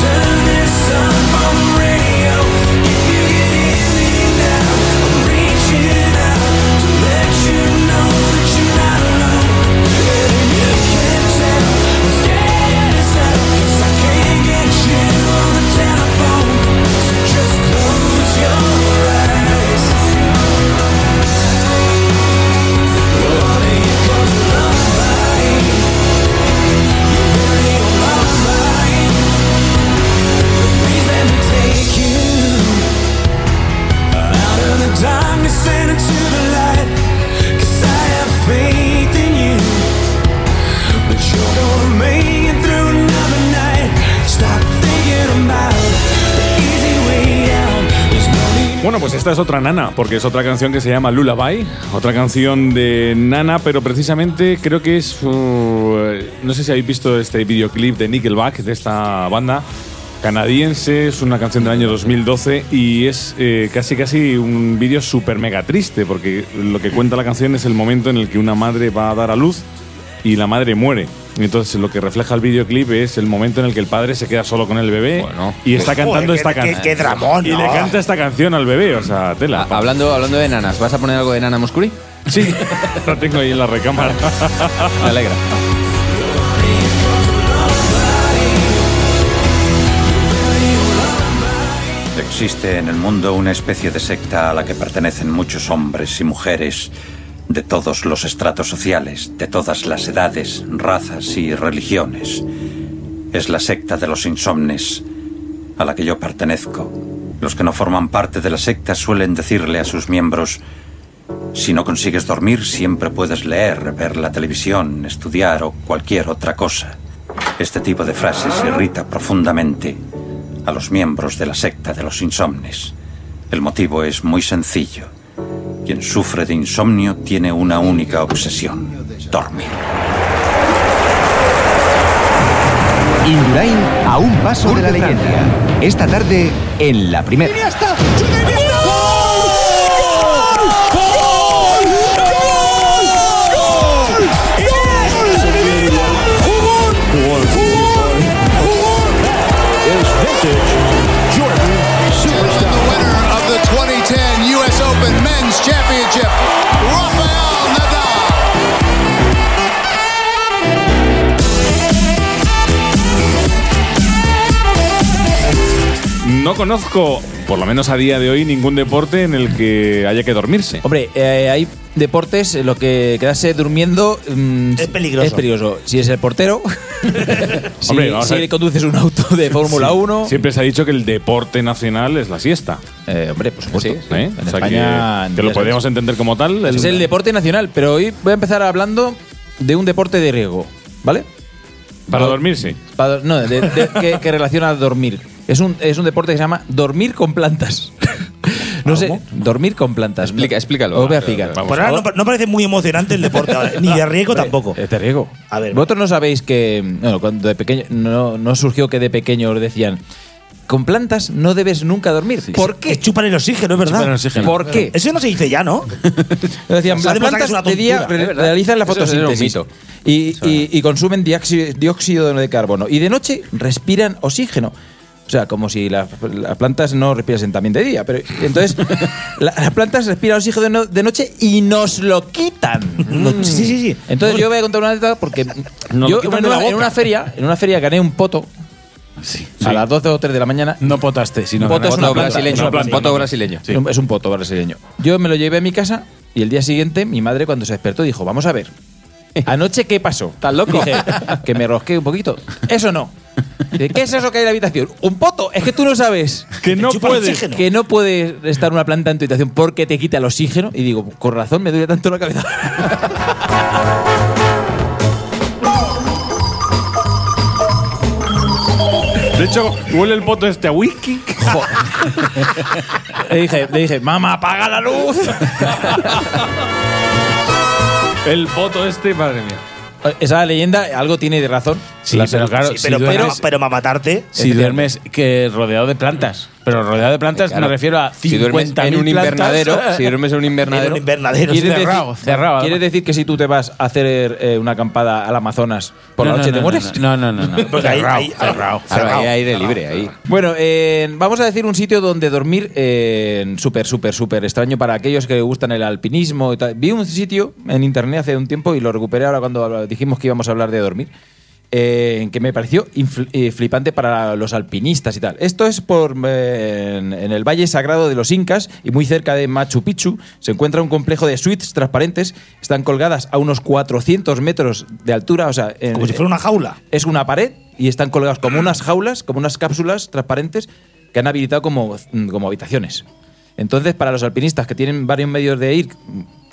H: turn this up on the radio. If you get in me now, I'm reaching out to let you know that you're not alone. And you can tell I'm scared as hell 'cause I can't get you on the telephone. So just close your eyes. Honey, close your lullaby.
B: Bueno, pues esta es otra nana, porque es otra canción que se llama Lullaby, otra canción de nana, pero precisamente creo que es. uh, no sé si habéis visto este videoclip de Nickelback, de esta banda canadiense, es una canción del año 2012 y es eh, casi casi un vídeo súper mega triste, porque lo que cuenta la canción es el momento en el que una madre va a dar a luz y la madre muere. Entonces lo que refleja el videoclip es el momento en el que el padre se queda solo con el bebé y está
F: Joder,
B: cantando
F: qué-
B: esta
F: qué-
B: canción.
F: qué dramón,
B: Y le
F: ¿no?
B: canta esta canción al bebé, o sea, tela.
D: Ah,
C: Hablando, hablando de nanas, ¿vas a poner algo de Nana Moscuri?
B: Sí, lo tengo ahí en la recámara.
C: Me alegra.
M: Existe en el mundo una especie de secta a la que pertenecen muchos hombres y mujeres de todos los estratos sociales, de todas las edades, razas y religiones. Es la secta de los insomnes, a la que yo pertenezco. Los que no forman parte de la secta suelen decirle a sus miembros, si no consigues dormir siempre puedes leer, ver la televisión, estudiar o cualquier otra cosa. Este tipo de frases irrita profundamente a los miembros de la secta de los insomnes. El motivo es muy sencillo. Quien sufre de insomnio tiene una única obsesión, dormir.
N: Indurain a un paso de la leyenda. Esta tarde en la primera.
O: of the 2010 U.S. Open Men's Championship, Rafael Nadal.
B: no conozco, por lo menos a día de hoy, ningún deporte en el que haya que dormirse.
D: Hombre, eh, hay deportes, eh, lo que quedarse durmiendo mm,
F: Es peligroso.
D: Es peligroso. Si es el portero, si,
B: Hombre, vamos a
D: si
B: ver.
D: conduces un auto de Fórmula
B: Sí.
D: 1.
B: Siempre se ha dicho que el deporte nacional es la siesta.
D: hombre, por supuesto.
B: ¿Eh?
D: En
B: O sea,
D: España,
B: que, que
D: ya
B: lo
D: sabes.
B: podríamos entender como tal.
D: Pues Es el deporte nacional, pero hoy voy a empezar hablando de un deporte de riego, ¿vale?
B: Para dormirse.
D: Pa- no, de- de- que, que relaciona a dormir. Es un, es un deporte que se llama dormir con plantas. No sé, dormir con plantas. Explica,
C: explícalo.
D: Os voy a eh, explicar.
F: Por ahora no, pa- no parece muy emocionante el deporte, ahora, ni de riesgo tampoco.
D: Es de riego.
F: A ver,
D: Vosotros no sabéis que. Bueno, cuando de pequeño. No, no surgió que de pequeño os decían. Con plantas no debes nunca dormir. ¿Por qué?
F: Es chupar el oxígeno, es verdad.
D: Chupar el oxígeno. ¿Por qué?
F: Eso no se dice ya, ¿no?
D: Nos Decían,
F: Se
D: las
F: ha demostrado que es
D: plantas
F: una
D: de día
F: tontura.
D: re-
F: Es verdad.
D: realizan la
F: Eso era un
D: fotosíntesis
F: mito.
D: y, y- y consumen dióxido, dióxido de carbono. Y de noche respiran oxígeno. O sea, como si las, las plantas no respirasen también de día. Pero entonces, la- las plantas respiran oxígeno de, no- de noche y nos lo quitan.
F: Sí, sí, sí.
D: Entonces, yo voy a contar una anécdota porque
E: Nos lo
D: yo en
E: quitan de la
D: una, en
E: boca.
D: una feria, en una feria gané un poto a las 12 o 3 de la mañana.
E: No potaste, sino
D: Un poto es una planta.
C: brasileño.
D: Una planta.
C: Voto brasileño.
D: Es un- Es un poto brasileño. Yo me lo llevé a mi casa y el día siguiente mi madre cuando se despertó dijo, vamos a ver, anoche qué pasó. ¿Estás loco? Dije, que me rosqué un poquito. Eso no. Dice, ¿Qué es eso que hay en la habitación? Un poto. Es que tú no sabes.
B: Que no
D: Chupa
B: puedes.
D: oxígeno. Que no puede estar una planta en tu habitación porque te quita el oxígeno. Y digo, con razón me duele tanto la cabeza.
B: De hecho, huele el poto este a whisky.
D: le dije, le dije, mamá, apaga la luz.
B: El poto este, madre mía.
D: Esa leyenda algo tiene de razón.
E: Sí,
D: La-
E: pero claro,
F: Sí, pero,
E: si
F: pero,
E: duermes,
F: para matarte. eh,
E: si duermes que rodeado de plantas, pero rodeado de plantas
C: Claro.
E: me refiero a 50
C: Si duermes en un invernadero, si duermes en un invernadero,
F: invernadero
D: ¿Quieres
E: cerrado,
D: decir,
E: cerrado.
D: ¿Quieres decir que si tú te vas a hacer eh, una acampada al Amazonas por
E: No, no,
D: la noche
E: no,
D: te
E: no,
D: mueres?
E: No, no, no, no.
F: Porque ahí-
E: cerrado,
F: ahí-
E: cerrado,
C: Claro,
E: cerrado.
C: ahí hay aire libre ahí.
D: Bueno, eh, vamos a decir un sitio donde dormir eh, súper, súper, súper extraño para aquellos que les gustan el alpinismo y tal. Vi un sitio en internet hace un tiempo y lo recuperé ahora cuando dijimos que íbamos a hablar de dormir. eh, que me pareció infl- eh, flipante para los alpinistas y tal. Esto es por eh, en, en el Valle Sagrado de los Incas y muy cerca de Machu Picchu se encuentra un complejo de suites transparentes. Están colgadas a unos 400 metros de altura, o sea, en-
F: Como si fuera una jaula.
D: es una pared y están colgados como unas jaulas, como unas cápsulas transparentes que han habilitado como, mm, como habitaciones. Entonces, para los alpinistas que tienen varios medios de ir,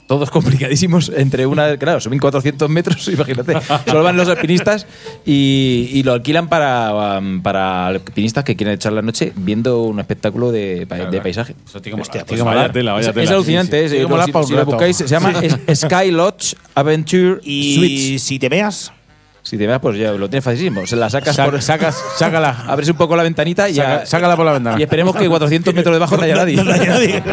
D: todos complicadísimos, entre una, claro, son 1400 metros, imagínate, solo van los alpinistas y, y lo alquilan para, um, para alpinistas que quieren echar la noche viendo un espectáculo de, pa- de paisaje.
B: Hostia, pues vaya tela, vaya
D: es,
B: tela.
D: es alucinante, es-
B: Sí, sí.
D: lo- si- si lo buscáis, se llama es- Sky Lodge Adventure
F: Y
D: Suites.
F: si te veas.
D: Si te vas, pues ya lo tienes facilísimo. Se la sacas
E: Sa-
D: por.
E: sacas- sácala.
D: Abres un poco la ventanita y ya.
E: Saca- sácala por la ventana.
D: Y esperemos que 400 metros debajo no haya nadie.
F: No hay nadie.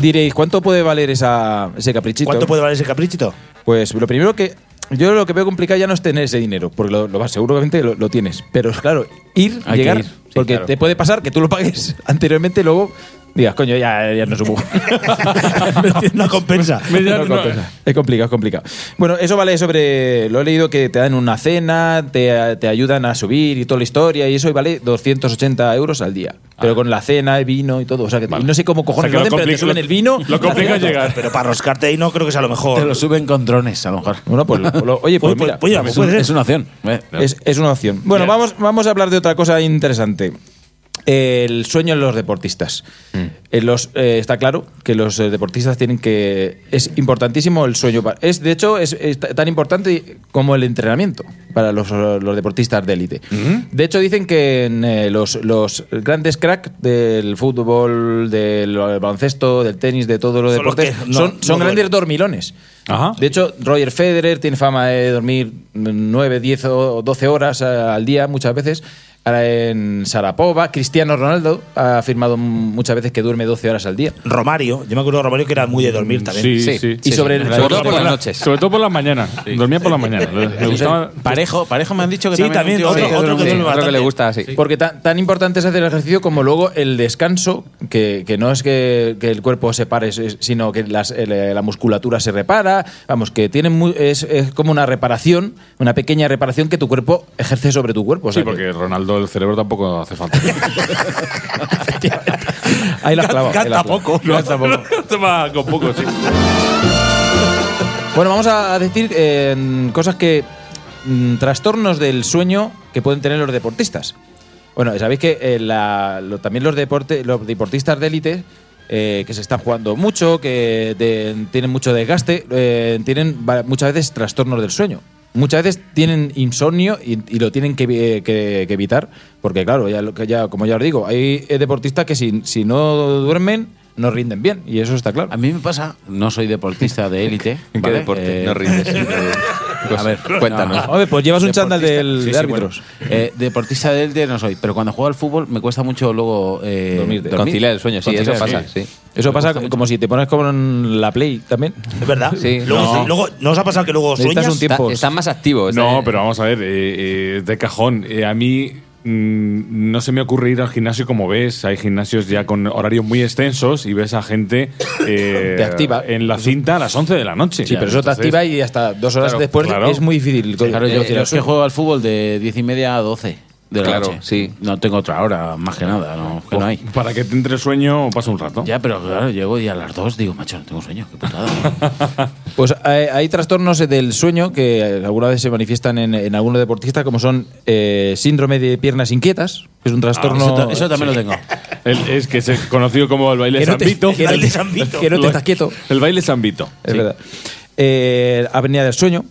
D: Diréis, ¿cuánto puede valer esa, ese caprichito?
F: ¿Cuánto puede valer ese caprichito?
D: Pues lo primero que. Yo lo que veo complicado ya no es tener ese dinero, porque lo, lo vas, seguramente lo, lo tienes. Pero claro, ir,
E: Hay que
D: llegar.
E: ir, sí,
D: porque
E: claro.
D: te puede pasar que tú lo pagues anteriormente y luego digas, coño, ya, ya no subo.
F: No compensa.
D: No compensa. Es complicado, es complicado. Bueno, eso vale sobre. Lo he leído que te dan una cena, te, te ayudan a subir y toda la historia y eso, y vale 280 euros al día. Pero con la cena, el vino y todo. O sea, que y no sé cómo cojones
B: Ah. O sea, que
D: lo hacen,
B: lo
D: pero te
B: compli-
D: suben
B: lo-
D: el vino.
B: lo complica
D: la cena,
B: llegar.
D: todo.
F: Pero para roscarte ahí no creo que sea lo
E: Te
F: mejor.
E: lo suben con drones, a lo mejor.
D: Bueno, pues, lo- lo- oye, pues,
F: Oye, pues-
D: mira,
F: pues ya,
E: es,
F: puede
E: un-
F: ser.
E: es una opción. Eh,
D: es, es una opción. Bueno, vamos, vamos a hablar de otra cosa interesante. El sueño en los deportistas.
F: Mm.
D: En los, eh, está claro que los eh, deportistas tienen que. Es importantísimo el sueño. pa- Es, de hecho, es, es ta- tan importante como el entrenamiento para los, eh, los deportistas de élite.
F: Mm-hmm.
D: De hecho, dicen que en, eh, los, los grandes cracks del fútbol, del baloncesto, del tenis, de todos los
F: Son los
D: deportes,
F: que
D: son,
F: no- no
D: son
F: duermen.
D: grandes dormilones.
B: Ajá.
D: De hecho, Roger Federer tiene fama de dormir 9, 10 o 12 horas eh, al día muchas veces. Ahora en Sarapova, Cristiano Ronaldo ha afirmado muchas veces que duerme 12 horas al día.
F: Romario, yo me acuerdo de Romario que era muy de dormir también.
B: Sí, sí.
D: Y sobre, el-
B: todo la- Sobre todo por las mañanas. Dormía por las mañanas. Me gustaba.
D: Parejo, Parejo me han dicho
B: que Sí, también es un también, tío otro- que- otro que sí, duerme otro que bastante. le gusta, sí.
D: Porque tan, tan importante es hacer ejercicio como luego el descanso, que, que no es que, que el cuerpo se pare, es- sino que las- el- eh, la musculatura se repara. Vamos, que tiene mu- es, es como una reparación, una pequeña reparación que tu cuerpo ejerce sobre tu cuerpo. o
B: Sí,
D: sea que-
B: porque Ronaldo el cerebro tampoco hace falta.
D: Ahí las clavas.
B: poco. Toma con poco, sí.
D: Bueno, vamos a decir eh, cosas que. mm, trastornos del sueño que pueden tener los deportistas. Bueno, sabéis que eh, la- lo- también los, deporte, los deportistas de élite. eh, que se están jugando mucho, que de- tienen mucho desgaste, eh, tienen va- muchas veces trastornos del sueño. Muchas veces tienen insomnio y, y lo tienen que, vi- que- que evitar, porque claro, ya, lo que ya, como ya os digo, hay eh, deportistas que si, si no duermen, no rinden bien, y eso está claro.
E: A mí me pasa, no soy deportista de élite. Eh,
D: ¿En qué deporte? No rindes.
E: a ver,
D: cuéntanos. Hombre, pues llevas un chándal del- de árbitros.
E: bueno. Eh, deportista de élite no soy, pero cuando juego al fútbol me cuesta mucho luego eh,
D: Dormirte.
E: dormir.
D: Conciliar el sueño, sí, eso pasa, sí. Eso
E: Me
D: pasa
E: cuesta
D: como si te pones como en la Play también.
F: Es verdad.
D: Sí,
F: luego,
D: no.
F: luego- ¿no os ha pasado que luego
D: Necesitas
F: sueñas?
D: un tiempo. Está- estás
C: más activo.
B: No, pero vamos a ver, eh, eh, de cajón. Eh, a mí mm, no se me ocurre ir al gimnasio como ves. Hay gimnasios ya con horarios muy extensos y ves a gente eh,
D: Te activa.
B: en la cinta a las 11 de la noche.
D: Sí, pero eso te
B: Entonces,
D: activa y hasta dos horas
B: claro,
D: después
B: claro.
D: es muy difícil.
E: Claro, yo,
D: conciliar
E: yo es
D: el
E: que
D: sueño.
E: juego al fútbol de 10 y media a 12 de la
B: Claro,
E: noche. sí. No tengo otra hora, más que nada, no, que no hay.
B: Para que te entre sueño pasa un rato.
E: Ya, pero claro, llego y a las 2 digo, macho, no tengo sueño, qué putada.
D: Pues hay, hay trastornos del sueño que eh, alguna vez se manifiestan en, en algunos deportistas, como son eh, síndrome de piernas inquietas, que es un trastorno.
E: eso ta- eso también lo tengo.
B: El- es que es conocido como el baile
D: Que no te-
B: zambito.
D: que no te- que no te estás quieto.
B: El baile zambito.
D: Es verdad. Eh, apnea del sueño.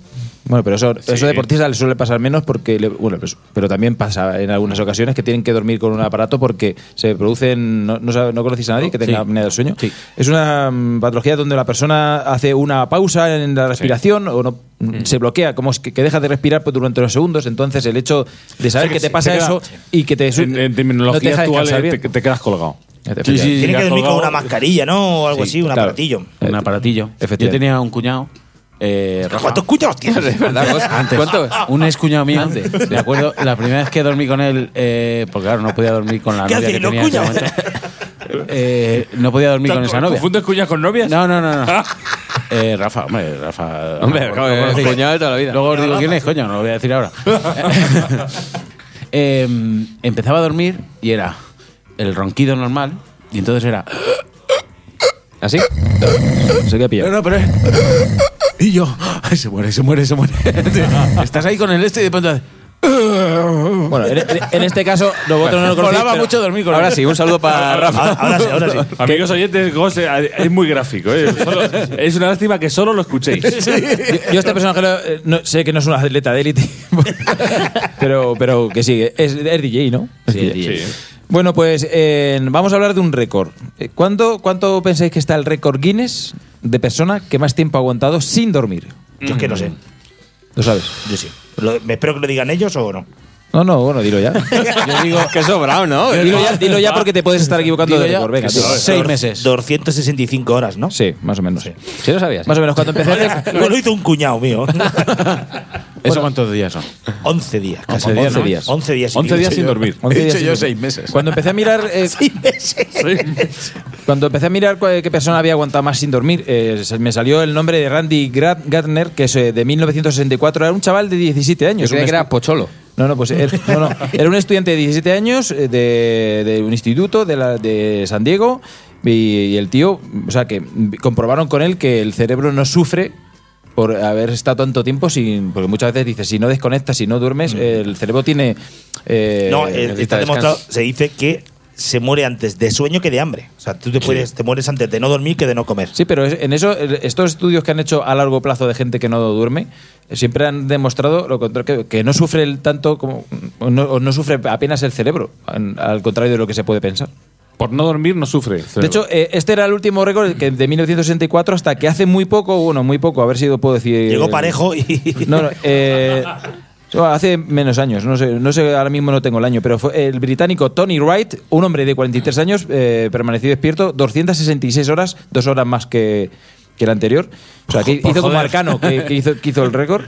D: Bueno, pero eso, eso a deportistas les suele pasar menos porque. le- bueno, pues- pero también pasa en algunas ocasiones que tienen que dormir con un aparato porque se producen. No, no, sabe- no conocéis a nadie que tenga
E: Sí.
D: apnea del sueño. Es una mm, patología donde la persona hace una pausa en la respiración o no, mm,
B: Mm.
D: se bloquea, como es que, que deja de respirar pues, durante unos segundos. Entonces, el hecho de
B: Sí,
D: saber que
B: que
D: te
B: sí,
D: pasa
B: te queda-
D: eso y que te.
B: En, en terminología
D: deja
B: actual
D: descansar
B: eh,
D: bien.
B: te, te quedas colgado.
D: sí, sí.
F: Tiene que dormir con
E: colgado.
F: una mascarilla, ¿no? O algo así, un aparatillo.
C: Eh,
E: Un aparatillo. Yo tenía un cuñado. Eh, Rafa.
F: ¿Cuántos cuñados tienes?
D: pues,
E: Antes.
F: ¿Cuántos?
C: Ah.
E: Un ex cuñado mío. Me acuerdo, la primera vez que dormí con él, eh, porque claro, no podía dormir con la
B: ¿Qué
E: novia que
B: hacen los
E: tenía en ese
B: cuñados?
E: momento. Eh, no podía dormir con esa novia.
B: ¿Confundes cuñas con novias?
E: No, no, no. no. Eh, Rafa, hombre, Rafa.
C: Hombre,
E: Luego-
C: claro,
E: luego
C: es
E: os digo-
C: cuñado de toda la vida.
E: Luego os digo quién es, coño, no lo voy a decir ahora. Eh, empezaba a dormir y era el ronquido normal, y entonces era.
C: ¿Así?
D: Se queda pillado.
E: No, no, pero es. Y yo, ay, se muere, se muere, se muere. Estás ahí con el este y de pronto. hace-
D: Bueno, en, en- en este caso, vosotros no lo conocéis.
E: Molaba
D: pero-
E: mucho dormir con él.
D: Ahora sí, un saludo para Rafa.
B: Amigos oyentes, Gos, eh, es muy gráfico. eh. Solo- es una lástima que solo lo escuchéis.
D: Yo, yo este personaje lo- eh, no- sé que no es un atleta de élite, pero, pero que sí, es, es DJ, ¿no?
E: Sí,
D: Bueno, pues eh, vamos a hablar de un récord. Eh, ¿Cuánto, ¿Cuánto pensáis que está el récord Guinness de persona que más tiempo ha aguantado sin dormir?
F: Yo es que no sé.
D: ¿Lo sabes?
F: Yo sí. Lo- me espero que lo digan ellos o no.
D: No, no, bueno, dilo ya.
E: Yo digo.
C: Que sobrado, ¿no?
D: Dilo ya, dilo ya porque te puedes estar equivocando de récord. Venga, tío.
F: Dor- 265 horas, ¿no?
D: Sí, más o menos. Sí,
C: lo sabías.
D: Más o menos, cuando empecé a hacer-
F: Luego lo hizo un cuñado mío.
E: ¿Eso cuántos días son?
F: 11 días.
D: Once días, ¿no?
F: 11 días sin,
D: 11 días sin dormir. 11 días sin dormir.
E: meses.
D: Cuando empecé a mirar. eh, Cuando empecé a mirar cuál- qué persona había aguantado más sin dormir, eh, se- me salió el nombre de Randy Gra- Gardner, que es eh, de 1964. Era un chaval de 17 años.
C: creía
D: un
C: que
D: estu-
C: era Pocholo.
D: No, no, pues era, no, no. Era un estudiante de 17 años eh, de, de un instituto de, la- de San Diego y, y el tío, o sea, que comprobaron con él que el cerebro no sufre por haber estado tanto tiempo sin... Porque muchas veces dices, si no desconectas, si no duermes, eh, el cerebro tiene... eh,
F: No, eh,
D: necesita
F: está demostrado,
D: descanso.
F: se dice que se muere antes de sueño que de hambre. O sea, tú te, puedes, te mueres antes de no dormir que de no comer.
D: Sí, pero es- en eso, el- estos estudios que han hecho a largo plazo de gente que no duerme, eh, siempre han demostrado lo contrario, que, que no sufre el tanto como. o no, o no sufre apenas el cerebro, an- al contrario de lo que se puede pensar.
B: Por no dormir no sufre.
D: De hecho, eh, este era el último récord que de 1964 hasta que hace muy poco, bueno, muy poco, a ver si lo puedo decir.
F: Llegó parejo y.
D: No, no, eh, Yo Hace menos años, no sé, no sé, ahora mismo no tengo el año, pero fue el británico Tony Wright, un hombre de 43 años, eh, permaneció despierto 266 horas, dos horas más que, que el anterior. O sea, que
C: Por
D: hizo como
C: joder.
D: Arcano, que, que hizo, que hizo el récord.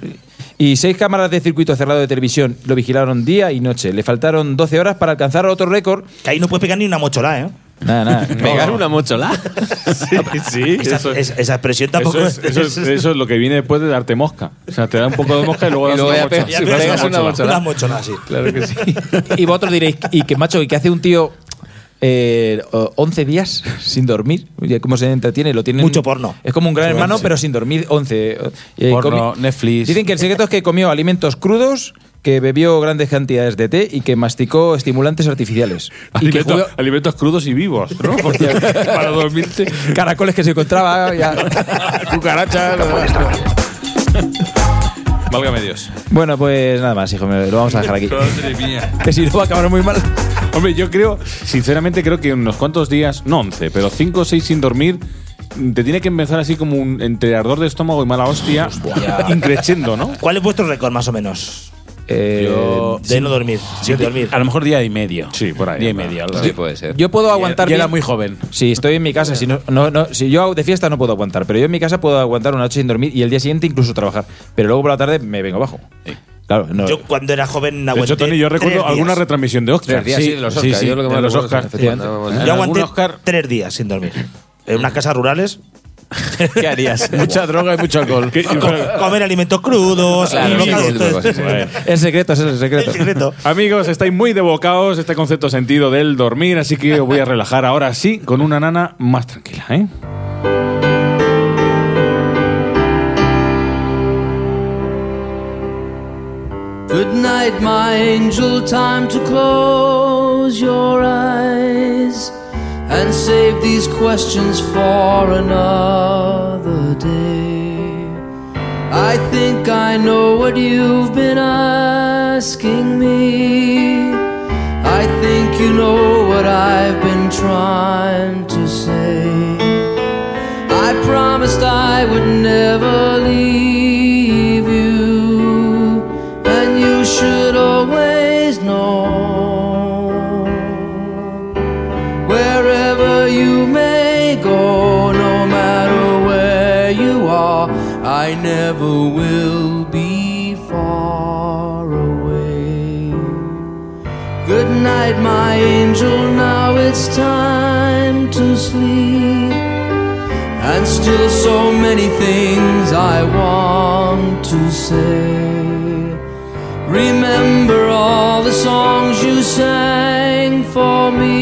D: Y seis cámaras de circuito cerrado de televisión lo vigilaron día y noche. Le faltaron 12 horas para alcanzar otro récord.
F: Que ahí no puedes pegar ni una mochola, ¿eh?
D: Nada, nada.
F: Pegar
D: una
P: mochola.
B: Sí, sí.
F: Esa-
B: eso-
F: es- esa expresión tampoco
B: Eso es, eso, es, eso es lo que viene después de darte mosca. O sea, te da un poco de mosca y luego
D: Y
B: das
D: luego
B: una
D: ya
B: mochola.
D: pegas- ya pegas una mochola.
B: Claro que sí.
D: y vosotros diréis, ¿y qué macho? ¿Y qué hace un tío eh, o- 11 días sin dormir? Oye, ¿Cómo se entretiene? Lo tienen,
F: Mucho porno.
D: Es como un gran
F: Sí,
D: hermano,
F: sí.
D: pero sin dormir 11. Eh,
E: Porno,
D: comi-
E: Netflix.
D: Dicen que el secreto es que comió alimentos crudos, que bebió grandes cantidades de té y que masticó estimulantes artificiales. y que
B: Alimentos,
D: jugó-
B: alimentos crudos y vivos, ¿no? Porque para dormirte.
D: Caracoles que se encontraba. ya.
B: Cucarachas. Válgame Dios.
D: Bueno, pues nada más, hijo mío, lo vamos a dejar aquí. que si no va a acabar muy mal.
B: Hombre, yo creo, sinceramente, creo que unos cuantos días, no 11, pero 5 o 6 sin dormir, te tiene que empezar así como un entre ardor de estómago y mala hostia, increciendo, ¿no?
F: ¿Cuál es vuestro récord, más o menos?
D: Eh,
B: Yo-
F: de no dormir, sin
D: Ah,
F: dormir.
E: A lo mejor día y medio.
B: Sí, por ahí.
E: Día y medio. algo así.
D: Yo puedo
E: Y-
D: aguantar.
E: y era
D: bien-
E: muy joven.
D: Si estoy en mi casa, si no, no, no- si yo de fiesta no puedo aguantar, pero yo en mi casa puedo aguantar una noche sin dormir y el día siguiente incluso trabajar. Pero luego por la tarde me vengo abajo. Claro, no.
F: Yo cuando era joven
B: De
F: aguanté.
B: hecho, Tony, yo recuerdo alguna retransmisión de Oscar.
F: Tres días, sí, de los Oscar, yo lo que más
B: de los
F: recuerdo es
B: Oscar.
F: que Yo aguanté tres días sin dormir. En unas casas rurales.
E: ¿Qué harías? Mucha droga y mucho alcohol.
F: Co- comer alimentos crudos.
B: Claro,
F: y
B: sí,
F: locas,
B: sí,
F: todo
B: sí,
F: esto.
B: sí, sí.
D: El secreto, ese es el secreto.
B: Amigos, estáis muy devocados este concepto sentido del dormir, así que os voy a relajar ahora sí con una nana más tranquila, ¿eh?
Q: Good night, my angel. Time to close your eyes and save these questions for another day. I think I know what you've been asking me. I think you know what I've been trying to say. I promised I would never leave you, and you should always know. Wherever you may go, no matter where you are, I never will be far away. Good night, my angel, now it's time to sleep. And still so many things I want to say. Remember all the songs you sang for me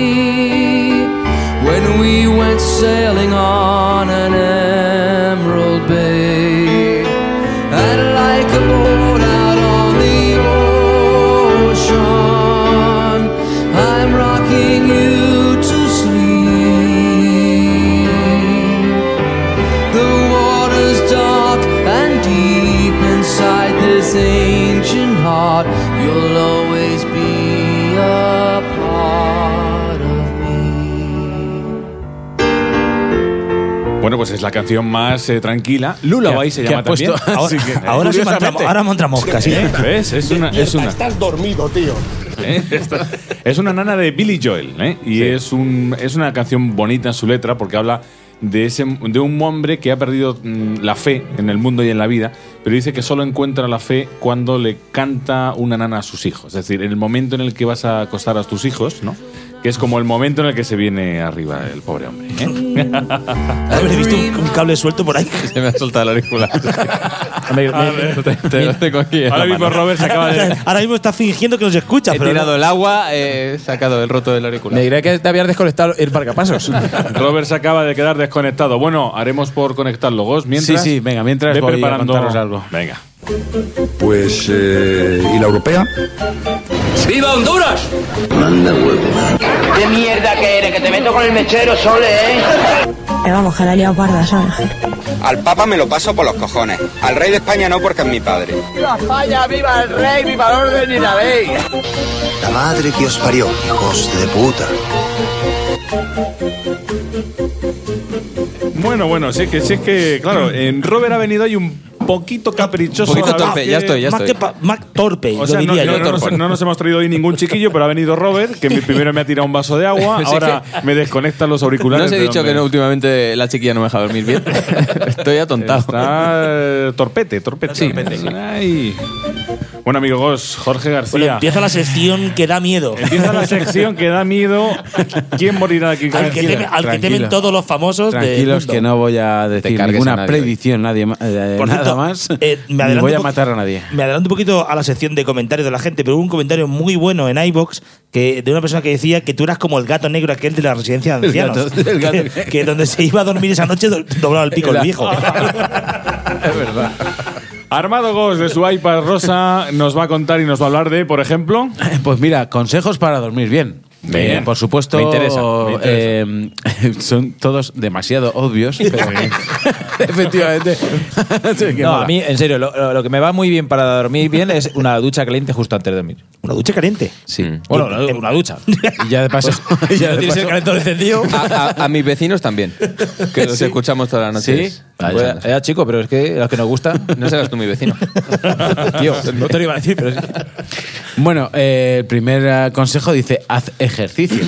Q: when we went sailing on an emerald bay. And like a boat out on the ocean, I'm rocking you to sleep. The water's dark and deep inside this ancient heart. You'll always be a part of
B: Bueno, pues es la canción más eh, tranquila. Lullaby
F: Que-
B: se
F: que
B: llama
F: has puesto-
B: también.
F: Ahora-
B: Así que-
F: ahora sí montra- ahora montra mosca, sí, ¿eh?
B: ¿Ves? Es una, es una,
R: dormido, tío.
B: ¿eh? Esta- es una nana de Billy Joel, ¿eh? Y es, un, es una canción bonita en su letra porque habla de, ese, de un hombre que ha perdido mm, la fe en el mundo y en la vida, pero dice que solo encuentra la fe cuando le canta una nana a sus hijos. Es decir, en el momento en el que vas a acostar a tus hijos, ¿no? Que es como el momento en el que se viene arriba el pobre hombre. ¿eh?
F: Habré visto un, un cable suelto por ahí.
P: Se me ha soltado la auricular.
E: eh,
B: A ver.
P: Te- te lo tengo aquí en
B: Ahora
P: la
B: mismo
P: mano.
B: Robert se acaba de.
F: Ahora mismo está fingiendo que nos escucha.
P: He
F: pero
P: tirado
F: no.
P: el agua, eh, he sacado el roto del auricular.
D: Me diré que te habías desconectado el marcapasos.
B: Robert se acaba de quedar desconectado. Bueno, haremos por conectarlo, Gos. Mientras
E: Sí, sí, venga, mientras
B: ve
E: voy a
B: preparando
E: contaros algo.
B: Venga.
S: Pues, eh, ¿y la europea?
J: ¡Viva Honduras! Manda huevo.
T: ¿Qué mierda que eres? Que te meto con el mechero, Sole, ¿eh?
H: vamos, que la liado parda, ¿sabes?
J: Al Papa me lo paso por los cojones. Al rey de España no porque es mi padre.
T: ¡Viva España! ¡Viva el rey! ¡Viva el orden y la ley!
J: La madre que os parió, hijos de puta.
B: Bueno, bueno, sí es que, sí es que, claro, en Robert ha venido hay un poquito caprichoso.
C: Un poquito
B: la verdad
C: torpe, ya
B: que-
C: estoy, ya
F: Más
C: estoy.
F: que pa- más torpe,
B: O sea,
F: lo
B: no,
F: diría
B: no-
F: yo.
B: no nos- no nos hemos traído hoy ningún chiquillo, pero ha venido Robert, que mi- primero me ha tirado un vaso de agua,
C: Sí,
B: ahora
C: que-
B: me desconectan los auriculares.
C: No os he
B: de
C: dicho
B: donde-
C: que no, últimamente la chiquilla no me deja dormir bien. Estoy atontado.
B: Está eh, torpete, torpete.
C: Sí.
B: Ay. Bueno, amigos, Jorge García.
F: Bueno, empieza la sección que da miedo.
B: Empieza la sección que da miedo. ¿Quién morirá aquí?
F: Al que, teme- al que temen todos los famosos. del
E: Tranquilos
F: mundo.
E: que no voy a decir
C: cargues a
E: ninguna
C: nadie hoy.
E: predicción, nadie, ma- eh,
F: Por
E: nada
F: cierto,
E: más.
F: eh, me
E: ni
F: adelanto
E: voy
F: un
E: a
F: poqu-
E: matar a nadie.
F: Me adelanto un poquito a la sección de comentarios de la gente, pero hubo un comentario muy bueno en iBox que de una persona que decía que tú eras como el gato negro aquel de la residencia de
E: El
F: ancianos.
E: gato- el gato-
F: que, que donde se iba a dormir esa noche do- doblaba el pico el viejo.
B: Es verdad. Armado Ghost de su iPad rosa nos va a contar y nos va a hablar de, por ejemplo.
E: Pues mira, consejos para dormir bien.
B: Bien.
E: Eh, por supuesto,
B: Me interesa, me
E: eh, son todos demasiado obvios, pero efectivamente. Sí, que
D: No,
E: mola.
D: a mí, en serio, lo, lo- lo que me va muy bien para dormir bien es una ducha caliente justo antes de dormir.
F: ¿Una ducha caliente?
D: Sí. Bueno, una, una ducha. Y ya de paso.
F: Pues,
E: Y ya
D: no
E: de
D: tienes el
E: paso-
D: calentón encendido.
F: Ah,
C: A, a- a mis vecinos también, que los escuchamos todas las noches.
D: Sí. Pues, eh, chico, pero es que los que nos gusta.
C: No serás tú mi vecino.
D: Tío, no te lo iba a decir, pero sí.
E: Bueno, eh, el primer eh, consejo dice haz ejercicio.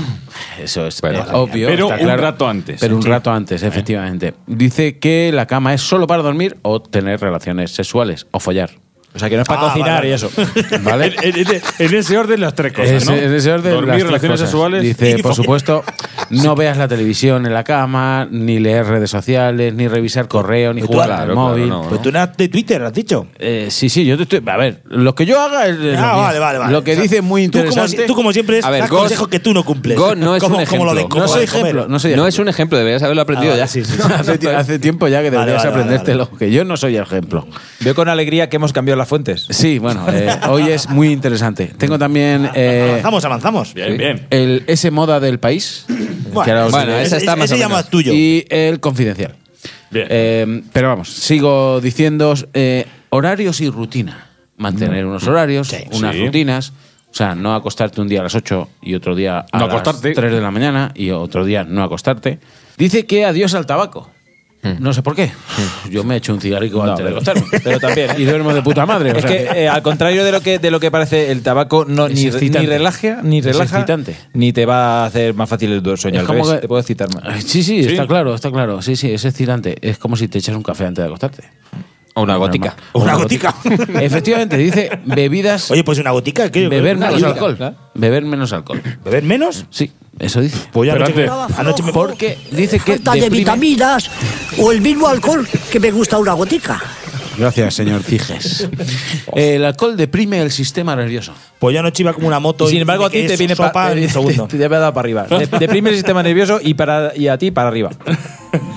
E: Eso es eh, obvio.
B: Pero
E: está
B: un
E: claro.
B: rato antes.
E: Pero un
B: Sí.
E: rato antes,
D: Eh.
E: efectivamente. Dice que la cama es solo para dormir o tener relaciones sexuales o follar.
D: O sea, que no es para
E: Ah,
D: cocinar
E: vale.
D: y eso.
E: ¿Vale?
B: En, en- en ese orden las tres cosas,
E: Ese-
B: ¿no?
E: en ese orden,
B: Dormir,
E: las tres
B: relaciones
E: cosas.
B: sexuales.
E: Dice,
B: y
E: por
B: follar.
E: supuesto, no veas la televisión en la cama, ni leer redes sociales, ni revisar correo, ni
F: Pues tú-
E: jugar al
F: claro, claro,
E: móvil.
F: no, Pues tú eras de Twitter, has dicho.
E: Eh, sí, sí, yo te estoy. A ver, lo que yo haga es. es lo
F: Ah,
E: mío.
F: vale, vale, vale.
E: Lo que
F: O sea,
E: dice es muy
F: tú como
E: interesante.
F: si- tú como siempre es-
C: A ver,
F: das
C: Ghost-
F: consejos que tú no cumples.
C: Go no es
F: Como-
C: un ejemplo.
F: como lo de
E: No
F: como
E: soy
F: de comer.
E: ejemplo, no soy ejemplo.
C: es un ejemplo, deberías haberlo aprendido
F: Ah, vale,
C: ya.
F: sí, sí, sí.
E: hace, ti- hace tiempo ya que
F: Vale,
E: deberías
F: vale, vale,
E: aprendértelo, que yo no soy el ejemplo.
D: Veo con alegría que hemos cambiado las fuentes.
E: Sí, bueno, eh, hoy es muy interesante. Tengo también eh,
F: Avanzamos, avanzamos.
B: Bien, bien.
E: el S moda del país. que ahora os
C: bueno,
E: diré.
C: esa está más o
F: ese ya
C: menos.
F: más tuyo.
E: Y el confidencial.
B: Bien.
E: Eh, pero vamos, sigo diciendo eh, horarios y rutina. Mantener unos horarios, unas
B: Sí.
E: rutinas. O sea, no acostarte un día a las 8 y otro día a
B: No
E: las
B: acostarte.
E: 3 de la mañana y otro día no acostarte. Dice que adiós al tabaco. No sé por qué. Yo me echo un cigarrillo antes de
D: pero-
E: acostarme.
D: pero también, ¿eh?
E: Y duermo de puta madre. o
D: Es
E: sea
D: que, eh, al contrario de lo que de lo que parece, el tabaco no,
E: Es
D: ni, re- ni
E: excitante.
D: relaja, ni
E: Es
D: relaja,
E: excitante.
D: ni te va a hacer más fácil el du- sueño.
E: Es
D: al
E: como
D: revés,
E: que-
D: te puedo citar más.
E: Ay, Sí, sí,
B: Sí.
E: está claro, está claro. Sí, sí, es excitante. Es como si te echas un café antes de acostarte.
C: O una gótica.
F: Una gotica.
E: Efectivamente, dice bebidas.
F: Oye, pues una gotica. ¿qué?
E: beber menos
F: Ayuda.
E: alcohol. Beber menos alcohol.
F: ¿Beber menos?
E: Sí, eso dice.
F: Pues ya
B: Pero
F: anoche,
B: antes-
F: anoche me
E: Porque dice que.
U: Falta de
E: deprime-
U: vitaminas o el mismo alcohol que me gusta una gotica.
E: Gracias, señor Ciges. El alcohol deprime el sistema nervioso.
F: Pues yo anoche iba como una moto
D: Y
F: y
D: sin embargo, a ti
F: que
D: te
F: es
D: viene
F: sopa
D: pa-
F: en
D: eh, te-
F: un segundo.
D: te- te ha dado para arriba. De- Deprime el sistema nervioso y, para, y a ti para arriba.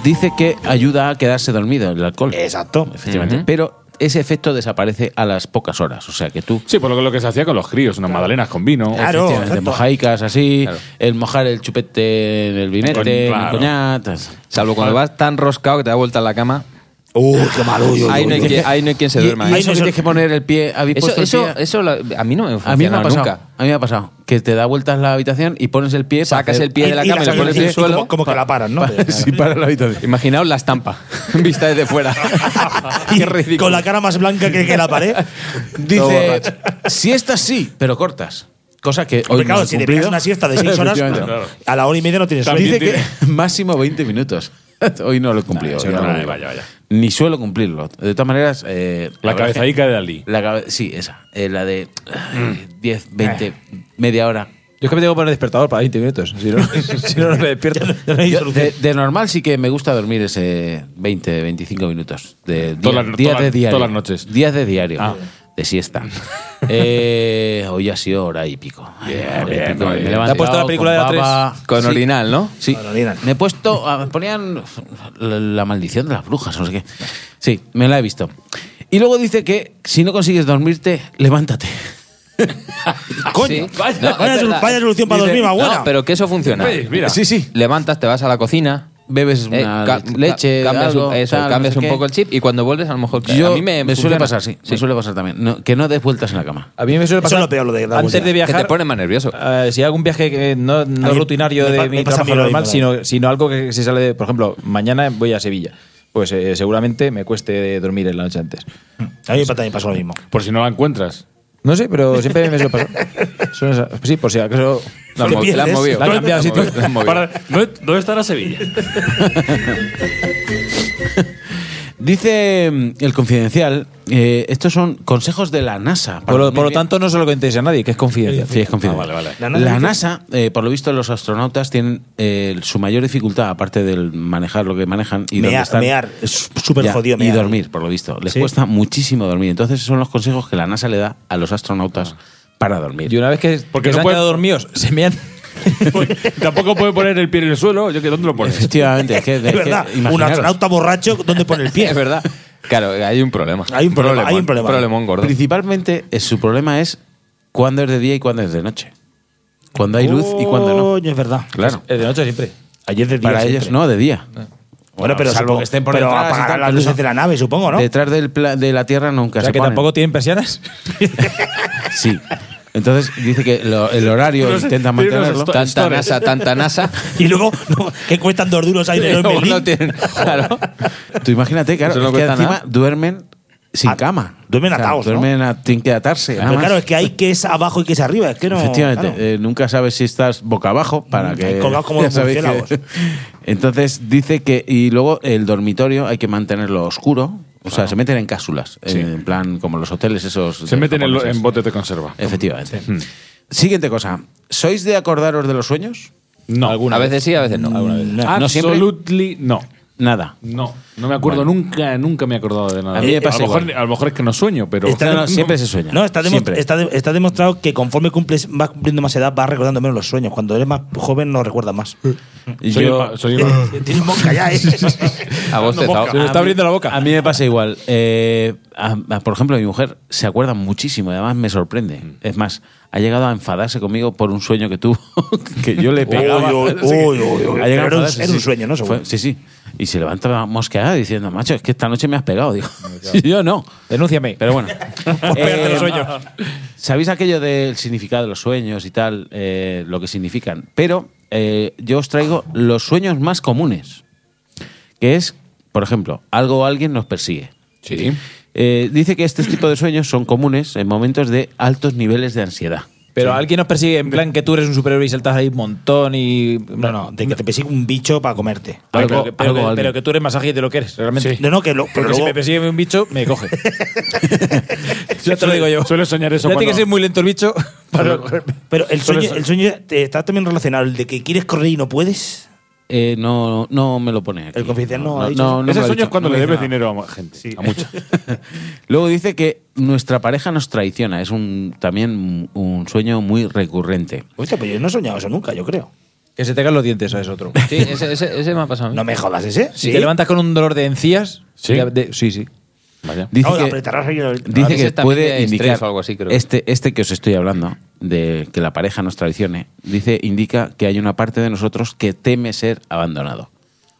E: Dice que ayuda a quedarse dormido el alcohol.
F: Exacto.
E: Efectivamente. Pero ese efecto desaparece a las pocas horas. O sea que tú.
B: Sí, por lo, lo que se hacía con los críos, unas magdalenas con vino.
F: Claro.
E: efectivamente,
F: exacto.
E: Pues mojaicas así, el mojar el chupete en el vinete,
B: Con-
E: en el
B: claro.
E: coñac. tas-
C: Salvo cuando vas tan roscado que te da vuelta en la cama.
F: Uy, qué malo. uy, uy,
C: Ahí no hay
F: uy, uy.
C: quien, ahí no hay quien se
E: Y-
C: duerma.
E: Y,
C: ¿eh?
F: Ahí
E: eso
F: no
E: que
F: se-
E: tienes que poner el pie. ¿habéis
C: Eso,
E: puesto el
C: eso,
E: pie?
C: eso lo- a mí no me
E: A mí me ha
C: funciona
E: pasado.
C: nunca.
E: A mí me ha pasado que te da vueltas la habitación y pones el pie, para
C: Sacas
E: hacer-
C: el pie de la
F: Y- y
C: cama y
F: la
C: lo pones en el
F: sacas así, como-
C: suelo.
F: Como que la paran, ¿no?
E: sí, para la habitación.
C: Imaginaos la estampa, vista desde fuera. Qué
F: Y
C: ridículo.
F: con la cara más blanca que, que la pared.
E: Dice, si estas sí, pero cortas. Cosa que hoy
F: Porque claro,
E: no
F: si
E: he
F: te
E: cumplido.
F: pegas una siesta de 6 horas,
E: Efectivamente.
F: a la hora y media no tienes sueño.
E: Dice
B: También
E: que máximo 20 minutos. hoy no lo he cumplido.
B: eso
E: hoy
B: no,
E: no lo he
B: vale,
E: cumplido.
B: vaya, vaya.
E: Ni suelo cumplirlo. De todas maneras, eh,
B: La
E: verdad
B: cabeza
E: que-
B: ahí cae de Dalí.
E: La cabe- sí, esa. Eh, la de ay,
B: Mm.
E: 10, 20, media hora.
D: Yo es que me tengo que poner despertador para 20 minutos. Si no, si no, no me despierto.
E: Yo, eh, de, de normal sí que me gusta dormir ese 20, 25 minutos. De día,
B: Todas las-
E: día
B: todas-
E: de diario.
B: todas las noches.
E: Días de diario.
B: Ah.
E: De siesta. Eh, hoy ha sido hora y pico. Hora y
B: bien,
E: pico.
B: muy
E: Me he
B: bien. Te ha
E: levantado
D: puesto la película de la
E: con baba.
C: Con
E: Sí,
C: orinal, ¿no?
E: Sí.
F: Con orinal.
E: Me he puesto. ah, Ponían la, la maldición de las brujas, no sé qué. Sí, me la he visto. Y luego dice que si no consigues dormirte, levántate.
C: Coño,
F: vaya solu- vaya solución para dormir, más buena.
C: pero que eso funciona.
B: Oye, mira.
E: Sí, sí.
C: Levantas, te vas a la cocina.
E: Bebes
C: eh,
E: una
C: ca-
E: leche,
C: cambias,
E: algo,
C: un, eso,
E: tal, no
C: cambias
E: sé
C: un
E: qué.
C: poco el chip y cuando vuelves a lo mejor
E: Yo,
C: a mí me,
E: me
C: funciona.
E: suele pasar, sí, Me suele pasar también. No, que no des vueltas en la cama.
D: A mí me suele
F: Eso
D: pasar.
F: es lo peor, lo de la
D: antes
F: música.
D: de viajar.
C: Que te pone más nervioso.
D: eh, si hago un viaje que no, no
F: A mí-
D: rutinario
F: me pa-
D: de
F: me
D: mi
F: pasa a mí
D: trabajo
F: lo
D: normal,
F: mismo,
D: sino, sino algo que se sale de. Por ejemplo, mañana voy a Sevilla. pues eh, seguramente me cueste dormir en la noche antes.
F: A mí también pasó lo mismo.
B: Por si no la encuentras.
D: No sé, pero siempre me suele pasar. Son esas- sí, por si acaso.
B: La has movi- la has
D: ¿Qué
B: movido.
D: pierdes? La has cambiado, sí, tú-
B: La has movido. Para- ¿Dónde dónde estará Sevilla?
E: Dice mm, el confidencial, eh, estos son consejos de la NASA.
D: Por lo, por lo tanto, no se lo contéis a nadie, que es confidencial.
E: Sí, es confidencial.
D: Ah, vale, vale.
E: La NASA, eh, por lo visto, los astronautas tienen eh, su mayor dificultad, aparte del manejar lo que manejan y dónde
F: Mear-
E: están.
F: mear, es súper
E: Ya,
F: jodido
E: Y
F: mear.
E: dormir, por lo visto. Les
F: Sí.
E: cuesta muchísimo dormir. Entonces, son los consejos que la NASA le da a los astronautas
D: Ah.
E: para dormir.
D: Y una vez que,
E: Porque
D: que
E: no
D: se han
E: puede-
D: quedado dormidos, se me han.
B: Tampoco puede poner el pie en el suelo. Yo que dónde lo pones.
E: Efectivamente, es que,
F: Es verdad, un astronauta borracho, ¿dónde pone el pie?
C: Es verdad. Claro, hay un problema.
F: Hay un problema,
E: Problemón,
F: hay un problema.
E: problemón gordo. Principalmente, eh, su problema es cuándo es de día y cuándo es de noche. Cuando hay luz y cuando no.
F: Coño, es verdad.
E: Claro.
D: de noche siempre.
F: Ayer de día
E: Para
F: siempre.
E: ellos no, de día.
F: Bueno, pero
E: salvo
F: supongo-
E: que estén por
F: pero
E: detrás y
F: apagarán
E: tal,
F: las
E: pero
F: luces
E: eso-
F: de la nave, supongo, ¿no?
E: Detrás del pla- de la Tierra nunca
D: O sea,
E: se
D: que
E: ponen.
D: tampoco tienen persianas.
E: Sí. Entonces dice que lo- el horario
F: No sé,
E: intenta
F: tiene unos
E: mantenerlo.
F: esto- stories.
E: NASA.
F: Y luego, no, que cuestan dos duros ahí de
E: Luego
F: los
E: no tienen- claro. Tú imagínate, claro,
F: Eso no
E: es que
F: cuesta
E: encima
F: nada.
E: duermen sin cama.
F: duermen atados, ¿no?
E: Duermen, a- tienen que atarse. nada
F: Pero
E: más.
F: claro, es que hay que es abajo y que es arriba. Es que no.
E: Efectivamente,
F: claro.
E: eh, nunca sabes si estás boca abajo para
F: Mm,
E: que.
F: ahí colgados como los
E: ya sabéis que-
F: murciélagos.
E: Entonces dice que. Y luego el dormitorio hay que mantenerlo oscuro. O sea, se meten en cápsulas.
B: Sí.
E: En plan, como los hoteles esos.
B: Se
E: de
B: meten en, lo-
E: japoneses.
B: en botes de conserva.
E: Eh, Efectivamente. Mm. Siguiente cosa. ¿Sois de acordaros de los sueños?
B: No.
E: ¿Alguna
C: A veces sí, a
F: Eh,
C: veces no.
D: Mm.
E: ¿Alguna vez?
F: Ah,
E: ¿No siempre?
B: Absolutely no.
E: Nada.
B: No, no me acuerdo nunca, nunca me he acordado de nada.
E: A mí me pasa
B: a, lo mejor,
E: igual.
B: a lo mejor es que no sueño, pero
F: Está- No, está, demo-
B: Siempre.
F: está de- está demostrado que conforme cumples, vas cumpliendo más edad, vas recordando menos los sueños. Cuando eres más joven, no recuerdas más.
B: Soy
E: Yo-
B: el ma- soy el-
F: Tienes mosca ya, ¿eh?
E: A
F: bostezado.
E: boca.
F: Se le está abriendo
E: la boca. A mí me pasa igual. Eh, a- a- por ejemplo, mi mujer se acuerda muchísimo y además me sorprende.
F: Mm.
E: Es más, ha llegado a enfadarse conmigo por un sueño que tuvo, que yo le pegaba.
F: Uy, uy,
E: Sí.
F: uy, uy, uy.
E: Ha llegado a
F: Pero era un-
E: enfadarse,
F: era un
E: sí.
F: sueño, ¿no?
E: Fue-
F: Seguro.
E: sí, sí. Y se levanta mosqueada diciendo, macho, es que esta noche me has pegado. Digo, "Sí, yo no.
D: Denúnciame.
E: Pero bueno.
B: Pues
D: pegarte los
F: sueños.
E: Eh, ¿Sabéis aquello del significado de los sueños y tal, eh, lo que significan? Pero eh, yo os traigo los sueños más comunes, que es, por ejemplo, algo o alguien nos persigue.
C: Sí.
E: Eh, dice que este tipo de sueños son comunes en momentos de altos niveles de ansiedad.
D: Pero alguien nos persigue en plan que tú eres un superhéroe y saltas ahí un montón y. No, no,
F: de que te persigue un bicho para comerte.
D: Pero,
E: Algo-
D: que- pero
E: algo
D: que-
E: alguien.
D: pero que tú eres más ágil de lo que eres, realmente.
F: No, no, que lo,
D: Porque
F: pero
D: si
F: luego-
D: me persigue un bicho, me coge. ya te lo
B: Suele-
D: digo yo.
B: Suele soñar eso
D: ya tiene
B: cuando-
D: que ser muy lento el bicho.
F: pero, pero el
D: Suele
F: sueño,
D: ser-
F: el sueño te- está también relacionado el de que quieres correr y no puedes.
E: Eh, no, no me lo pone. aquí.
F: El confidencial no ha dicho eso.
E: no, no me
B: Ese
E: lo ha
B: sueño
E: dicho,
B: es cuando
E: no me
B: le
E: dice
B: debes
E: nada.
B: dinero a gente. A mucha.
E: Luego dice que nuestra pareja nos traiciona. Es un también un sueño muy recurrente.
F: Hostia, pues yo no he soñado eso nunca, yo creo.
D: Que se te caen los dientes, ¿sabes? Otro.
C: Sí, ese, ese- ese me ha pasado a mí.
F: No me jodas ese.
D: Si te levantas con un dolor de encías.
E: Sí.
D: ya de- sí, sí.
E: Dice
F: No,
E: que,
F: apretarás ahí el-
E: dice
C: Ese
E: que
C: también de
E: puede
C: estrés
E: indicar
C: o algo así, creo.
E: Este, este que os estoy hablando, de que la pareja nos traicione, dice, indica que hay una parte de nosotros que teme ser abandonado.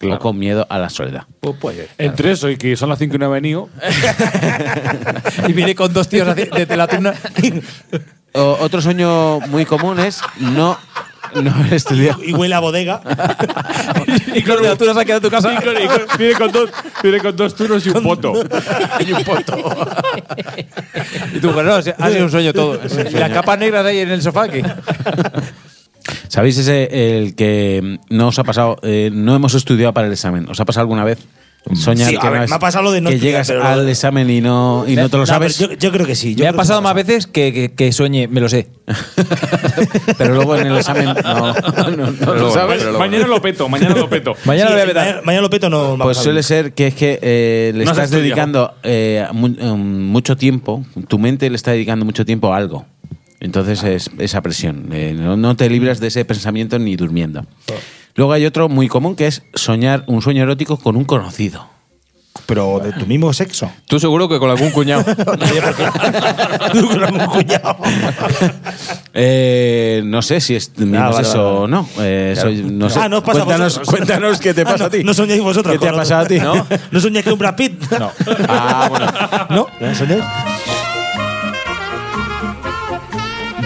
E: O con miedo a la soledad.
D: Pues puede.
B: Entre eso y que son las 5 y no he venido,
D: Y viene con dos tíos así, desde la tuna.
E: O- otro sueño muy común es no, no haber estudiado.
F: Y huele a bodega.
D: y con la tuna se ha quedado en tu casa.
B: viene, con dos, viene con dos turnos y un poto.
D: y un poto. y tú, bueno, ha sido un sueño todo. Y las capas negras ahí en el sofá. ¿qué?
E: ¿Sabéis ese el que no os ha pasado? eh, no hemos estudiado para el examen. ¿Os ha pasado alguna vez? Soñar
F: Mm. Sí,
E: que,
F: a ver,
E: no es-
F: me ha pasado lo de no
E: que
F: estudiar,
E: llegas
F: pero lo
E: al
F: de-
E: examen y no, y no te lo
F: No,
E: sabes.
F: pero Yo, yo creo que sí. yo
D: Me ha
F: creo que
D: pasado
F: me
D: más veces que, que- que sueñe, me lo sé.
E: Pero luego en el examen no, no- no lo sabes.
B: mañana lo peto, mañana lo peto.
D: Mañana
F: Sí, eh,
D: lo voy a
F: mañana-
D: petar.
F: Mañana lo peto no. me ha
E: Pues
F: pasado
E: suele
F: nunca.
E: ser que es que eh, le
B: No has
E: estás
B: estudiado.
E: dedicando eh, mu- um, mucho tiempo, tu mente le está dedicando mucho tiempo a algo. Entonces es esa presión. eh, no, no te libras de ese pensamiento ni durmiendo.
F: Oh.
E: Luego hay otro muy común que es soñar un sueño erótico con un conocido.
F: Pero de tu mismo sexo.
C: Tú seguro que con algún cuñado.
F: Tú con algún cuñado.
E: Eh, no sé si es mi
F: Ah, vale,
E: eso
F: vale, vale.
E: o no. Eh, soy- no sé.
F: Ah, no os pasa a
E: cuéntanos,
F: vosotros.
E: cuéntanos qué te
F: Ah,
E: pasa
F: no,
E: a ti.
F: No soñáis vosotros.
E: ¿Qué te
F: con
E: ha pasado a ti?
F: otro. ¿No soñáis que un Brad Pitt? No.
E: Ah, bueno.
F: ¿No? ¿No soñáis?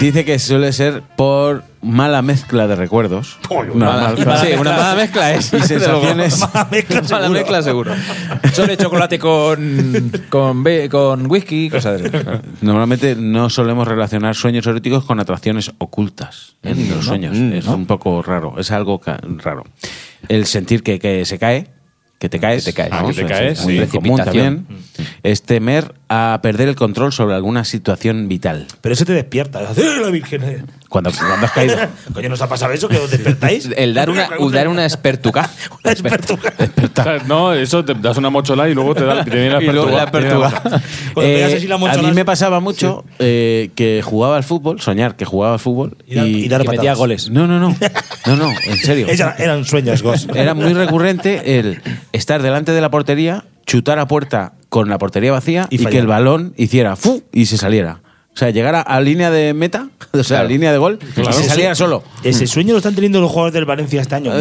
E: Dice que suele ser por mala mezcla de recuerdos. Una
C: Mala-
E: mala-
C: y mala- sí, una mala mezcla es.
E: Y sensaciones.
C: Mala mezcla seguro. Mala mezcla seguro.
D: Sobre chocolate con, con, be- con whisky, cosas de esas.
E: Normalmente no solemos relacionar sueños eróticos con atracciones ocultas en
D: Mm,
E: los
D: ¿no?
E: sueños.
D: Mm,
E: es
D: ¿no?
E: un poco raro, es algo ca- raro. El sentir que, que se cae, que te caes,
C: caes,
E: ¿no?
C: Ah, que te
E: Eso es
C: caes,
E: muy
C: sí.
E: común
C: Precipitación.
E: también. Es temer a perder el control sobre alguna situación vital.
F: Pero eso te despierta. ¡Eh, la Virgen!
E: Cuando, cuando has caído.
F: Coño, ¿nos ha pasado eso que os despertáis?
C: El dar una, dar una espertuca.
B: O sea, no, eso te das una mochola y luego te, da, te viene la
E: Y luego
B: apertura.
E: la apertura. Eh, a mí me pasaba mucho eh, que jugaba al fútbol, soñar que jugaba al fútbol y,
F: y dar
E: que
F: patadas.
E: metía goles. No, no, no. No, no, en serio.
F: Ella- eran sueños, Gos.
E: Era muy recurrente el estar delante de la portería, chutar a puerta con la portería vacía
F: Y
E: y,
F: fallar.
E: que el balón hiciera fu y se saliera. O sea, llegara a línea de meta, o sea, a línea de gol
F: Claro.
E: y se
F: Ese-
E: saliera solo.
F: Ese sueño lo están teniendo los jugadores del Valencia este año.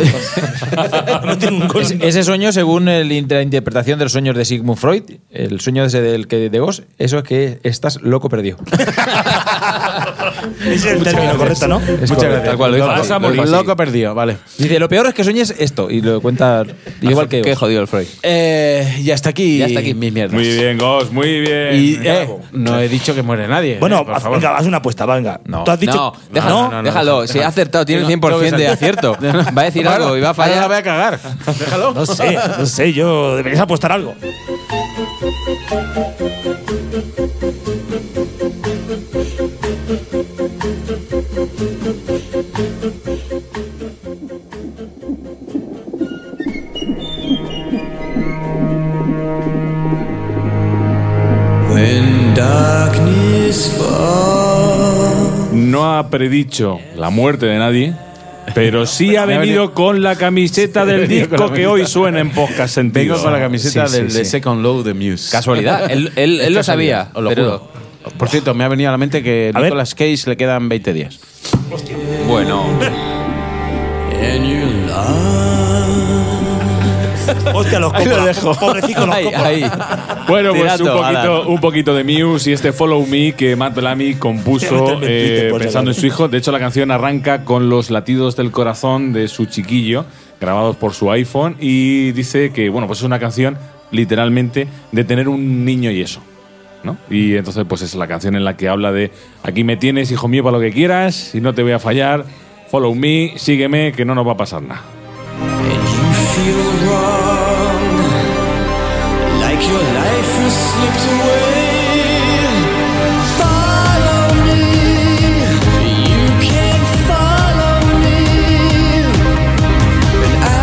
F: no tienen un gol.
D: Ese, ese sueño, según el in- la interpretación de los sueños de Sigmund Freud, el sueño ese del que de vos, eso es que estás loco perdido.
F: Ese es el término correcto, ¿no?
D: Es correcto. Tal cual lo dijo así, lo dijo así.
E: Loco perdido, vale. Ah,
D: Dice, lo peor es que sueñes esto. Y lo cuenta igual que
C: Qué
D: vos.
C: jodido el Freud.
E: Eh, ya está aquí.
D: Ya hasta aquí.
E: mis mierdas.
B: Muy bien, Gos, muy bien.
E: Y, eh, no he dicho que muere nadie.
F: Bueno,
E: eh, por
F: haz-
E: favor.
F: venga, haz una apuesta, venga.
E: No.
F: Tú has dicho.
E: No,
C: Déjalo,
E: No, no, no,
C: déjalo.
E: déjalo.
C: Si ha acertado, tiene el
E: Tengo-
C: 100% de
E: tengo que
C: acierto. Va a decir
E: Ahora-
C: algo y va a fallar.
E: ahora la voy a cagar. Déjalo.
F: No sé, no sé, yo. Deberías apostar algo.
B: No ha predicho la muerte de nadie, pero sí ha
E: Me ha
B: venido
E: venido-
B: con la camiseta
E: me ha
B: del
E: venido con
B: disco
E: la
B: que
E: camiseta.
B: hoy suena en podcast sentido.
E: Vengo con la camiseta
B: Sí, sí,
E: del
B: sí.
E: de Second Low de Muse.
C: Casualidad. Él- él-
E: Es
C: él lo
E: casualidad,
C: sabía,
E: os lo
C: pero-
E: juro. Por cierto, me ha venido a la mente que a Nicolas Cage le quedan 20 días.
C: Bueno.
F: Hostia, los
E: Ahí lo
F: Coppola.
E: dejo.
F: Pobrecito, los
E: Ahí,
F: Coppola.
E: ahí.
B: Bueno, pues un
E: Tirando,
B: poquito,
E: Adán.
B: un poquito de Muse y este Follow Me que Matt Bellamy compuso
F: Obviamente,
B: eh,
F: mentiste, pues,
B: pensando en su hijo. De hecho, la canción arranca con los latidos del corazón de su chiquillo, grabados por su iPhone, y dice que, bueno, pues es una canción literalmente de tener un niño y eso. ¿no? Y entonces, pues es la canción en la que habla de aquí me tienes, hijo mío, para lo que quieras, y no te voy a fallar. Follow me, sígueme, que no nos va a pasar nada.
H: feel wrong, like your life has slipped away. Follow me, you can follow me, and I,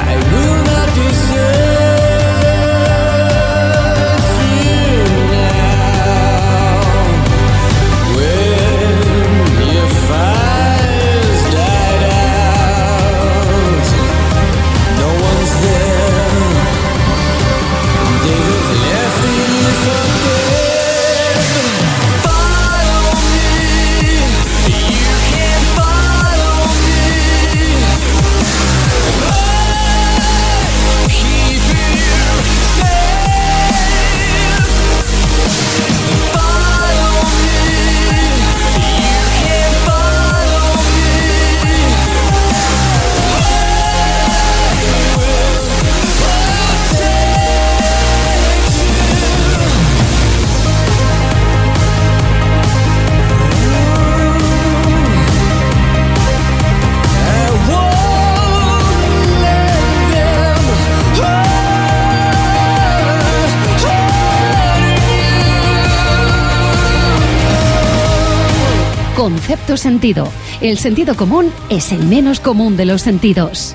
H: I will not desert you now. When your fire's died out, no one's there. They've left you for dead. Follow me, you can follow me. I keep you safe. Follow me.
I: Concepto sentido. El sentido común es el menos común de los sentidos.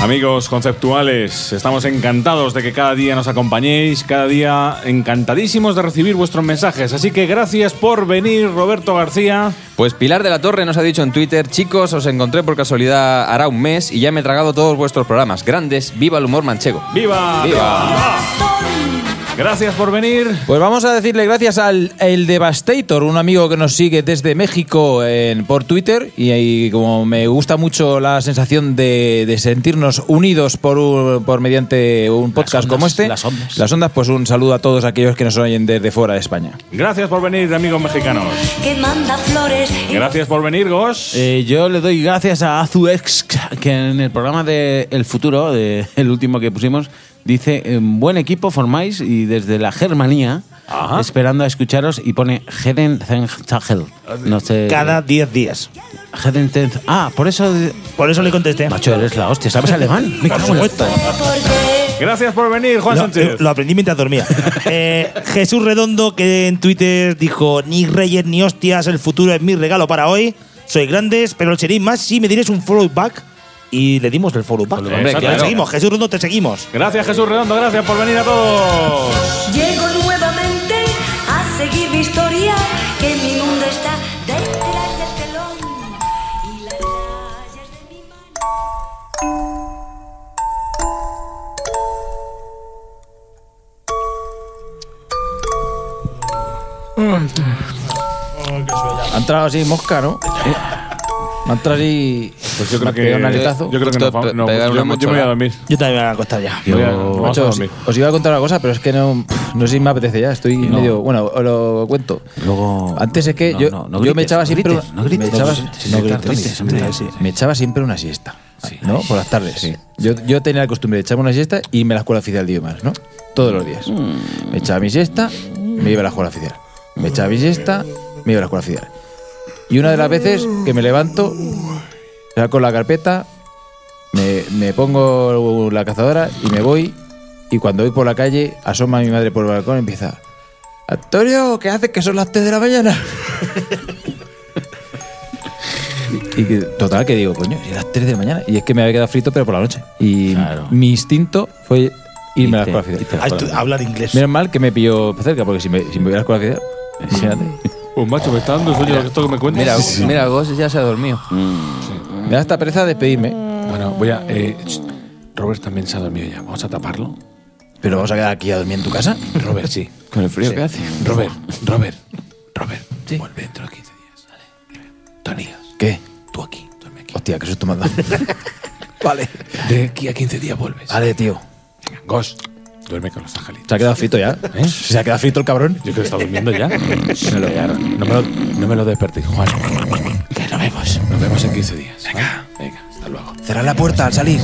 B: Amigos conceptuales, estamos encantados de que cada día nos acompañéis, cada día encantadísimos de recibir vuestros mensajes. Así que gracias por venir, Roberto García.
C: Pues Pilar de la Torre nos ha dicho en Twitter, chicos, os encontré por casualidad hará un mes y ya me he tragado todos vuestros programas. Grandes, viva el humor manchego.
B: ¡Viva!
C: ¡Viva!
B: Gracias por venir.
D: Pues vamos a decirle gracias al El Devastator, un amigo que nos sigue desde México en- por Twitter. Y, ahí como me gusta mucho la sensación de, de sentirnos unidos por, un- por mediante un podcast como este, las ondas. pues un saludo a todos aquellos que nos oyen desde fuera de España.
B: Gracias por venir, amigos mexicanos.
H: Que manda flores.
B: Gracias por venir, Gos.
E: Eh, yo le doy gracias a Azuex, que en el programa de El Futuro, de- el último que pusimos, dice, "Em, buen equipo formáis y desde la Germanía, esperando a escucharos, y pone Heden Zengtagel. No sé...
F: Cada 10 días.
E: Heden Zeng- Ah, por eso...
F: Por eso le contesté.
E: Macho, eres la hostia, ¿sabes alemán? Me
F: Por
E: cago en la-
F: supuesto.
B: Gracias por venir, Juan
F: lo, eh,
B: Sánchez.
F: Lo aprendí mientras dormía. Eh, Jesús Redondo, que en Twitter dijo: Ni reyes ni hostias, el futuro es mi regalo para hoy. Soy grandes, pero seréis más si me dierais un follow back. Y le dimos el follow back.
B: Follow back, Hombre,
F: Te
B: claro.
F: seguimos, Jesús Redondo, te seguimos.
B: Gracias, Jesús Redondo. Gracias por venir a todos.
H: Llego nuevamente a seguir mi historia, que mi mundo está detrás del telón. Y las playas de mi mano.
D: Ha entrado así mosca, ¿no? Ha entrado así...
B: Pues yo
D: me ha
B: creo que.
D: pegado un aletazo.
B: Yo creo que nos vamos- no, yo, yo me voy a dormir.
F: Yo también me voy a acostar ya.
B: Voy a- vamos a
D: Macho, os,
B: dormir.
D: os iba a contar una cosa, pero es que no, no sé si me apetece ya. Estoy medio. Bueno, os lo cuento.
E: Luego.
D: Antes es que
E: No,
D: yo,
E: no, no
D: yo
E: grites,
D: me echaba
E: no
D: siempre.
E: grites,
D: una-
E: no grites,
D: me echaba,
E: no grites, no grites, hombre,
D: me-
E: sí.
D: me echaba siempre una siesta. ¿No? Por las tardes. Yo, yo tenía la costumbre de echarme una siesta y me la escuela oficial de idiomas, ¿no? Todos los días.
B: Mm.
D: Me echaba mi siesta, me iba a la escuela oficial. Me echaba mi siesta, me iba a la escuela oficial. Y una de las veces que me levanto, saco la carpeta, me, me pongo la cazadora y me voy. Y cuando voy por la calle, asoma a mi madre por el balcón y empieza. Antonio, ¿qué haces que son las 3 de la mañana? Y que- total, que digo, coño, si las 3 de la mañana. Y es que me había quedado frito, pero por la noche. Y mi instinto fue irme a la escuela oficial.
F: hablar inglés.
D: Menos mal que me pilló cerca, porque si me, si me voy a la escuela oficial, imagínate.
B: Pues macho, me está dando sueño lo que esto que me cuentas.
D: Mira, mira,
C: Gos ya se ha dormido.
D: Mm. Me da hasta pereza despedirme.
B: Bueno, voy a. eh, ch- Robert también se ha dormido ya. Vamos a taparlo.
D: Pero vamos a quedar aquí a dormir en tu casa.
B: Robert, sí.
C: Con el frío
B: Sí.
C: que hace.
B: Robert, Robert, Robert. Vuelve dentro de 15 días. Dale. Tony,
D: ¿Qué? Tú aquí, duerme aquí. Hostia, que susto me has dado. vale.
B: de aquí a 15 días vuelves.
D: Vale, tío.
B: Gos, duerme con los angelitos.
D: Se ha quedado frito ya. ¿eh? Se ha quedado frito el cabrón.
B: Yo creo que está durmiendo ya. Me lo no, me lo, no me lo despertéis, Juan. Que nos vemos. Nos vemos en 15 días. Venga. Venga, hasta luego.
D: Cerrar la puerta al salir.